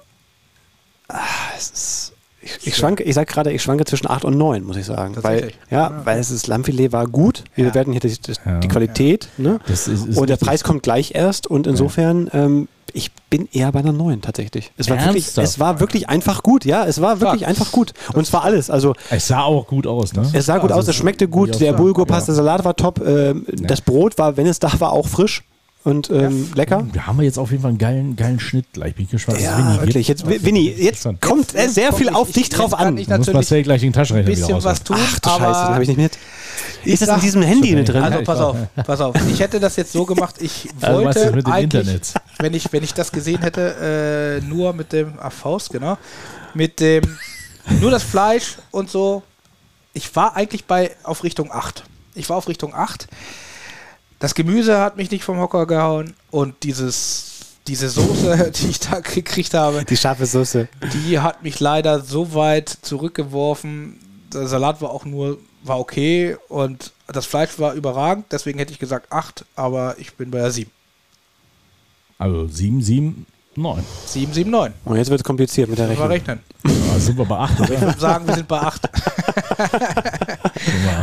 ah, es ist, ich, ich schwanke, ich sag gerade, ich schwanke zwischen 8 und 9, muss ich sagen. Weil, Tatsächlich? ja, weil es ist, Lammfilet war gut. Wir bewerten hier die, die, Ja. die Qualität. Ne? Das ist, ist Und der richtig. Preis kommt gleich erst und insofern, ähm, ich bin eher bei einer neuen tatsächlich. Es war, wirklich, Ernsthaft? es war wirklich einfach gut, ja, es war wirklich einfach gut. Und zwar alles. Also Es sah auch gut aus, ne? es sah gut aus, es schmeckte gut, der Bulgur passt, der Salat war top, ähm, das Brot war, wenn es da war, auch frisch und ähm, lecker. Wir haben jetzt auf jeden Fall einen geilen, geilen Schnitt gleich. Bin ich gespannt. was Winnie Ja, gibt. wirklich. Jetzt, Winnie, jetzt Verstanden. kommt äh, sehr komm, viel ich- auf ich- dich drauf jetzt kann an. ich Da muss natürlich Marcel gleich den ein Taschenrechner wieder bisschen was rausholen. tun, Ach du aber Scheiße, das habe ich nicht mit. Ist das in sag- diesem Handy mit drin? Also ich pass war- auf, pass auf. Ich hätte das jetzt so gemacht, ich Also was wollte ist mit dem eigentlich, Internet? wenn ich wenn ich das gesehen hätte, äh, nur mit dem ah, Faust, genau, mit dem nur das Fleisch und so. Ich war eigentlich bei auf Richtung 8. Ich war auf Richtung 8. Das Gemüse hat mich nicht vom Hocker gehauen und dieses diese Soße, die ich da gekriegt habe, Die scharfe Soße. die hat mich leider so weit zurückgeworfen. Der Salat war auch nur, war okay und das Fleisch war überragend, deswegen hätte ich gesagt 8, aber ich bin bei der 7. Also 7, 7, 9. 7, 7, 9. Und jetzt wird es kompliziert mit der Können wir Rechnung. rechnen. Da sind wir bei 8, Ich oder? würde sagen, wir sind bei 8.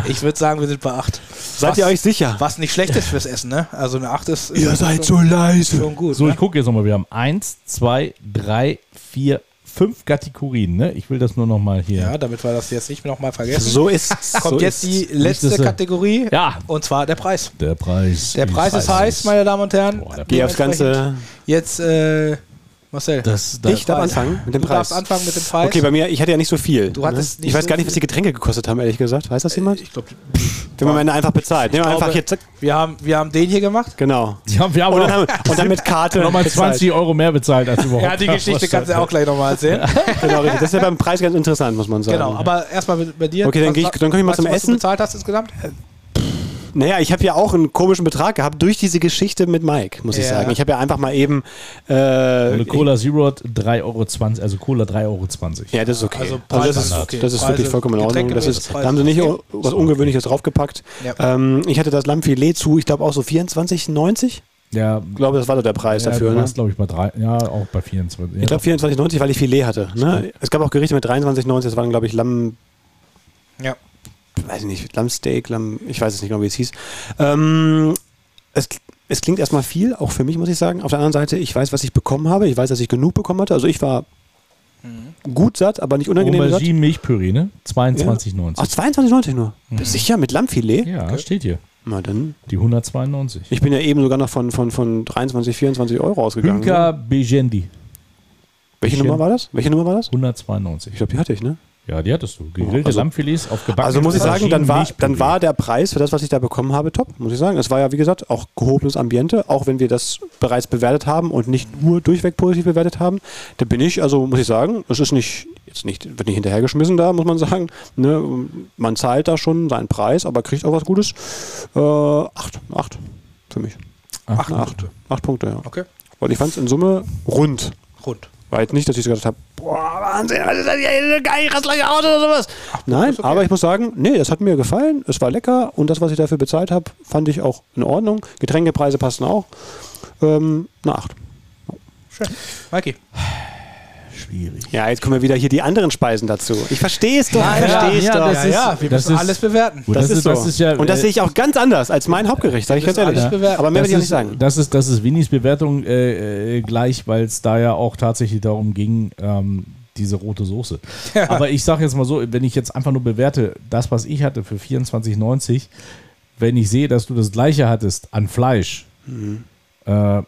ich würde sagen, wir sind bei 8. Seid ihr euch sicher? Was nicht schlecht ist fürs Essen, ne? Also eine 8 ist, ist Ihr seid so leise. schon gut. So, ne? ich gucke jetzt nochmal. Wir haben 1, 2, 3, 4, 5 Kategorien, ne? Ich will das nur nochmal hier. Ja, damit wir das jetzt nicht nochmal vergessen. So ist's. Kommt so jetzt ist's. die letzte dass er- Kategorie Ja. und zwar der Preis. Der Preis. Der Preis ist heiß, meine Damen und Herren. Boah, der Geh aufs Ganze. Jetzt äh, Marcel, Das, da, Ich darf anfangen mit dem du Preis. darfst anfangen mit dem Preis. Okay, bei mir, ich hatte ja nicht so viel. Du hattest ne? nicht Ich weiß so gar nicht, was die viel. Äh, Getränke gekostet haben, ehrlich gesagt. Weiß das jemand? ich glaube, Wenn man meine einfach bezahlt. Nehmen wir einfach glaube- hier, zack. wir haben, wir haben den hier gemacht. Genau. die haben wir Und aber dann, noch, haben, wir- und dann mit Karte. nochmal bezahlt. 20 Euro mehr bezahlt als überhaupt. Ja, die Geschichte kannst du auch gleich nochmal erzählen. Genau, richtig. Das ist ja beim Preis ganz interessant, muss man sagen. Genau, aber erstmal bei dir. Okay, dann Was- geh ich- dann komm ich mal weißt zum du, was Essen. du bezahlt hast insgesamt? Naja, ich habe ja auch einen komischen Betrag gehabt durch diese Geschichte mit Mike, muss ich Ja. sagen. Ich habe ja einfach mal eben. Äh, Eine Cola Zero hat 3,20 Euro, also Cola 3,20 Euro. ich, ja, das ist okay. Also Also, Preise das ist, sind okay. das ist Preise, wirklich vollkommen in Ordnung. Getränke Das mit ist, Preis da haben sie sind nicht okay. o- was Ungewöhnliches draufgepackt. Ja. Ähm, ich hatte das Lammfilet zu, ich glaube auch so 24,90. Ich Ja, glaube, das war so der Preis dafür. du Ne? warst, glaube ich, bei drei, ja, auch bei 24. Ja, Ich glaube 24,90, weil ich Filet hatte. Ne? Es gab auch Gerichte mit 23,90, das waren, glaube ich, Lamm. Ja. Weiß ich nicht, Lammsteak, Lamm. Ich weiß es nicht genau, wie es hieß. Ähm, es, es klingt erstmal viel, auch für mich, muss ich sagen. Auf der anderen Seite, ich weiß, was ich bekommen habe. Ich weiß, dass ich genug bekommen hatte. Also ich war gut satt, aber nicht unangenehm satt. Aubergine Milchpüree, ne? 22,90. Ach, 22,90 nur. Bist sicher mit Lammfilet? Ja, steht hier. Na dann. Die 192. Ich bin ja eben sogar noch von, von, von 23, 24 Euro ausgegangen. ne? Hünker Bejendi, Welche Nummer war das? Welche Nummer war das? 192. Ich glaube, die hatte ich, ne? Ja, die hattest du. Gegrillte Also- Lammfilets auf gebackenen Also muss ich sagen, dann war, Auberginen-Milchpüree. dann war der Preis für das, was ich da bekommen habe, top, muss ich sagen. Es war ja, wie gesagt, auch gehobenes Ambiente, auch wenn wir das bereits bewertet haben und nicht nur durchweg positiv bewertet haben. Da bin ich, also muss ich sagen, es ist nicht, jetzt nicht, wird nicht hinterhergeschmissen da, muss man sagen. Ne? Man zahlt da schon seinen Preis, aber kriegt auch was Gutes. Äh, acht, acht für mich. Acht acht, acht Punkte, ja. Okay. Weil ich fand es in Summe rund. Rund. War jetzt nicht, dass ich so gedacht habe, boah, Wahnsinn, was ist das hier, geil, rastliche Autos oder sowas. Nein, aber ich muss sagen, nee, das hat mir gefallen, es war lecker und das, was ich dafür bezahlt habe, fand ich auch in Ordnung. Getränkepreise passen auch. Ähm, eine 8. Mikey. schwierig. Ja, jetzt kommen wir wieder hier die anderen Speisen dazu. Ich verstehe es doch, ich verstehe es ja, doch. das Ja, ist- ja, wir das müssen ist- alles bewerten. Gut, das, ist so. das ist ja, und das äh, sehe ich auch ganz anders als mein Hauptgericht, sage ich ganz Das ist ehrlich. alles bewerten. Aber mehr will ich auch das nicht ist, sagen. Das ist, das ist Winnies Bewertung äh, äh, gleich, weil es da ja auch tatsächlich darum ging, ähm, diese rote Soße. Aber ich sage jetzt mal so, wenn ich jetzt einfach nur bewerte, das, was ich hatte für 24,90, wenn ich sehe, dass du das gleiche hattest an Fleisch, Mhm. äh,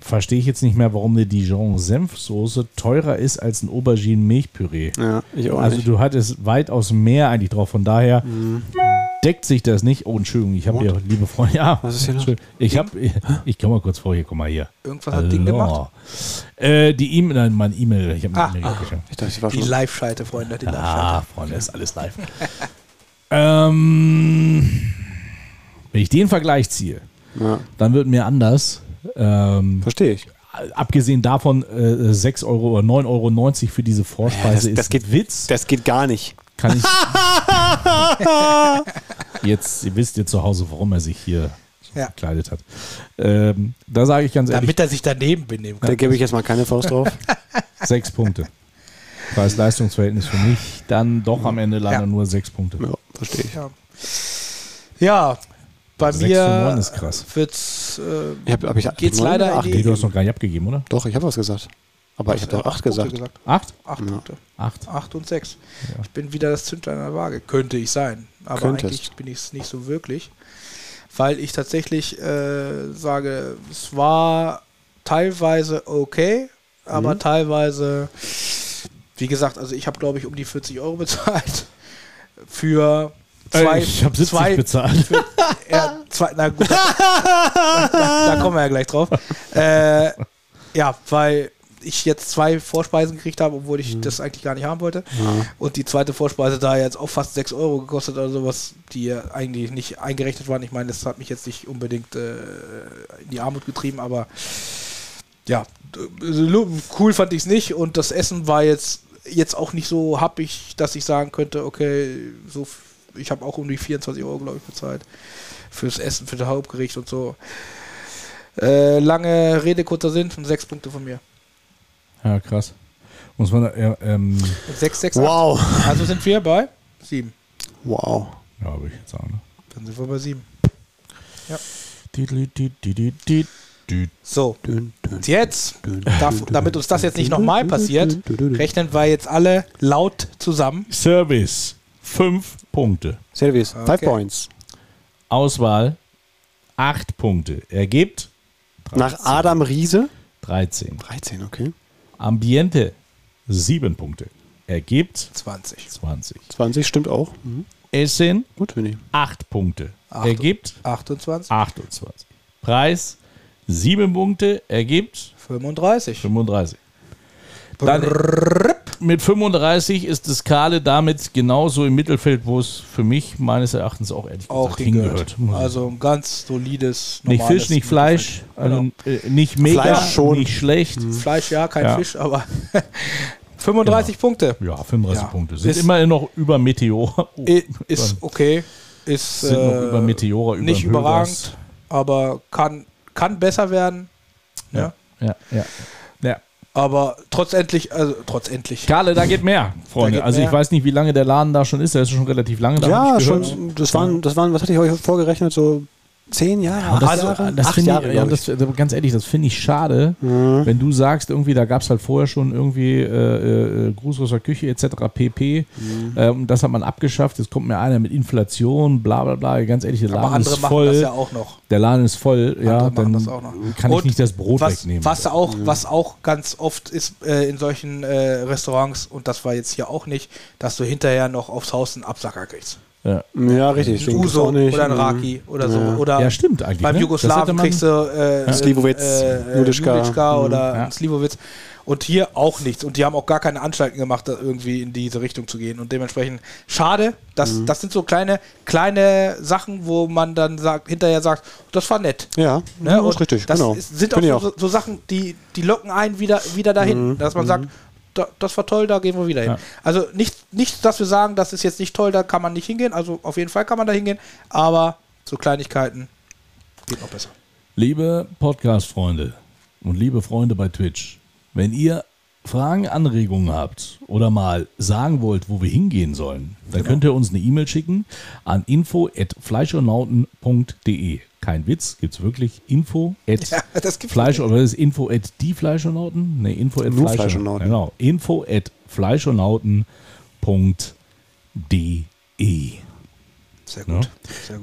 verstehe ich jetzt nicht mehr, warum eine Dijon-Senfsoße teurer ist als ein Auberginen-Milchpüree. Ja, ich auch Also nicht. Mhm. du hattest weitaus mehr eigentlich drauf, von daher deckt sich das nicht. Oh, Entschuldigung, ich habe What? hier, liebe Freunde, ja, Was ist hier los? Entschuldigung. ich habe, ich komme mal kurz vor hier, guck mal hier. Irgendwas hat Ding gemacht. Äh, die E-Mail, nein, mein E-Mail, ich habe Ah, eine E-Mail geschrieben. Ich dachte, ich war Die schon. Live-Schalte, Freunde, die Live-Schalte. Ah, Freunde, ist alles live. ähm, wenn ich den Vergleich ziehe, Ja, dann wird mir anders. Ähm, verstehe ich. abgesehen davon, äh, 6 Euro oder 9,90 Euro für diese Vorspeise Ja, das- das ist geht- Witz. Das geht gar nicht. Kann ich. jetzt, ihr wisst ihr zu Hause, warum er sich hier so Ja. verkleidet hat. Ähm, da sage ich ganz ehrlich, Damit er sich daneben benehmen Da kann. gebe ich jetzt mal keine Faust drauf. sechs Punkte. Preis-Leistungs-Verhältnis für mich, dann doch am Ende leider Ja. nur sechs Punkte. Ja, verstehe ich. Ja, ja bei Sechs von neun mir ist krass. wird's. Äh, Ich hab, hab ich Geht's neun leider oder in acht die- Nee, du hast noch gar nicht abgegeben, oder? Doch, ich habe was gesagt. Aber ich habe doch 8 Punkte gesagt. Acht? Acht Punkte. Acht. Acht und sechs. Ich bin wieder das Zündlein an der Waage. Könnte ich sein. Aber Könntest. eigentlich bin ich es nicht so wirklich. Weil ich tatsächlich äh, sage, es war teilweise okay, aber Mhm. teilweise, wie gesagt, also ich habe glaube ich um die 40 Euro bezahlt für zwei, Äh, ich habe 70 zwei, bezahlt. ja, zwei, na gut, da, da, da kommen wir ja gleich drauf. Äh, ja, weil ich jetzt zwei Vorspeisen gekriegt habe, obwohl ich das eigentlich gar nicht haben wollte. Und die zweite Vorspeise da jetzt auch fast 6 Euro gekostet oder sowas, die ja eigentlich nicht eingerechnet waren. Ich meine, das hat mich jetzt nicht unbedingt äh, in die Armut getrieben, aber ja, d- lo- cool fand ich es nicht. Und das Essen war jetzt, jetzt auch nicht so happig, dass ich sagen könnte, okay, so f- ich habe auch um die 24 Euro, glaube ich, bezahlt fürs Essen, für das Hauptgericht und so. Äh, lange Rede, kurzer Sinn, von sechs Punkte von mir. Ja, krass. Muss man, äh, ähm, Sechs, sechs, acht. Wow. Also sind wir bei sieben. Wow. ja, würde ich jetzt sagen. Ne? Dann sind wir bei sieben. Diddly, diddly, diddly, diddly. So, Dün, dün, und jetzt, dün, darf, damit uns das jetzt nicht nochmal passiert, rechnen wir jetzt alle laut zusammen. Service, fünf Punkte. Service, 5 Okay. Points. Auswahl, acht Punkte. Ergibt Nach Adam Riese. 13. 13, okay. Ambiente 7 Punkte. Ergibt 20. 20. 20 stimmt auch. Mhm. Essen Gut, Winnie. 8 Punkte. Acht- Ergibt 28. 28. Preis 7 Punkte. Ergibt 35. 35. Dann mit 35 ist die Skale damit genauso im Mittelfeld, wo es für mich meines Erachtens auch ehrlich gesagt auch hingehört. muss ich Also ein ganz solides, Nicht normales Fisch, nicht Fleisch, also, Genau. Mhm. äh, nicht mega, Fleisch schon. nicht schlecht. Fleisch ja, kein Ja. Fisch, aber 35 Punkte. Ja, 35 Ja. Punkte. Sind Ist- Äh, immerhin noch über Meteor. Oh, I- Ist okay. Ist sind noch äh, über Meteora, über nicht Höras. überragend, aber kann, kann besser werden. Ne? Ja, ja. ja. Aber trotzendlich, also trotzendlich. Karle, da geht mehr, Freunde. geht also ich mehr. weiß nicht, wie lange der Laden da schon ist. Der ist schon relativ lange da. hab Ja, ich gehört. schon. Das waren, das waren, was hatte ich euch vorgerechnet? So zehn Jahre, Und acht Das, Jahre? das acht finde Jahre, ich, ja, glaub ich. das, aber ganz ehrlich, das finde ich schade, Mhm. wenn du sagst, irgendwie, da gab es halt vorher schon irgendwie äh, äh, Gruß aus der Küche etc. pp. Mhm. Ähm, das hat man abgeschafft. Jetzt kommt mir einer mit Inflation, bla bla bla. Ganz ehrlich, der aber Laden andere ist machen das voll. ja auch noch. Der Laden ist voll, ja, machen dann das auch noch. kann ich Und nicht das Brot Was, wegnehmen. was, auch, was auch ganz oft ist äh, in solchen äh, Restaurants, und das war jetzt hier auch nicht, dass du hinterher noch aufs Haus einen Absacker kriegst. ja. Ja, richtig. Ein Den gibt's Uso auch nicht. oder ein Mhm. Raki oder so. Ja. Oder ja, stimmt eigentlich. Beim ne? Das hätte Jugoslawen man- kriegst du äh, äh, Slivovitz, äh, äh, Judischka. Judischka Mhm. oder Ja. Slivovitz. Und hier auch nichts. Und die haben auch gar keine Anstalten gemacht, da irgendwie in diese Richtung zu gehen. Und dementsprechend schade. Das, Mhm. das sind so kleine, kleine Sachen, wo man dann sagt, hinterher sagt, das war nett. Ja, Ne? ja Und ist richtig. Das genau. ist, sind auch Finde ich so, so Sachen, die, die locken einen wieder, wieder dahin, dass man sagt, da, das war toll, da gehen wir wieder hin. Ja. Also nicht, nicht, dass wir sagen, das ist jetzt nicht toll, da kann man nicht hingehen. Also auf jeden Fall kann man da hingehen, aber so Kleinigkeiten geht noch besser. Liebe Podcast-Freunde und liebe Freunde bei Twitch, wenn ihr Fragen, Anregungen habt oder mal sagen wollt, wo wir hingehen sollen, dann Genau. könnt ihr uns eine E-Mail schicken an info@fleischonauten.de. Kein Witz, gibt's wirklich info@ Ja, das gibt's Fleisch oder ist info at die Fleischonauten? Ne, info at Nur Fleischonauten. Fleischonauten. Genau, info at fleischonauten.de. Sehr Ja.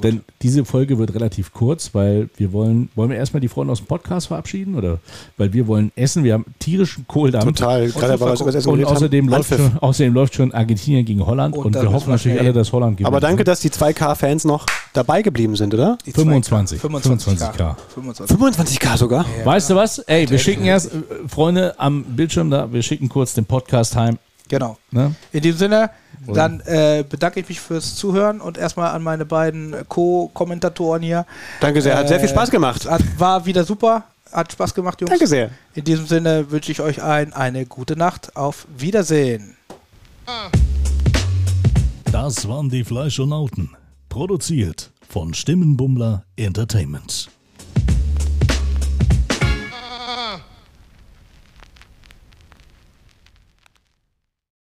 Denn diese Folge wird relativ kurz, weil wir wollen, wollen wir erstmal die Freunde aus dem Podcast verabschieden oder weil wir wollen essen, wir haben tierischen Kohldampf. Total. Gerade weil wir über das Essen Und geredet haben. außerdem läuft, Anpfiff. schon, außerdem läuft schon Argentinien gegen Holland Und und, da wir müssen hoffen wir natürlich schnell- alle, dass Holland gewinnt. ne? Aber danke, dass die 2K-Fans noch dabei geblieben sind, oder? 25, 25k. 25K. 25. 25k sogar. Weißt du was? Ey, wir schicken erst, äh, Freunde am Bildschirm da, wir schicken kurz den Podcast heim. Genau. Ne? In dem Sinne, dann äh, bedanke ich mich fürs Zuhören und erstmal an meine beiden äh, Co-Kommentatoren hier. Danke sehr. Hat sehr viel Äh, Spaß gemacht. Hat, war wieder super. Hat Spaß gemacht, Jungs. Danke sehr. In diesem Sinne wünsche ich euch allen eine gute Nacht. Auf Wiedersehen. Das waren die Fleischonauten. Produziert von Stimmenbummler Entertainment.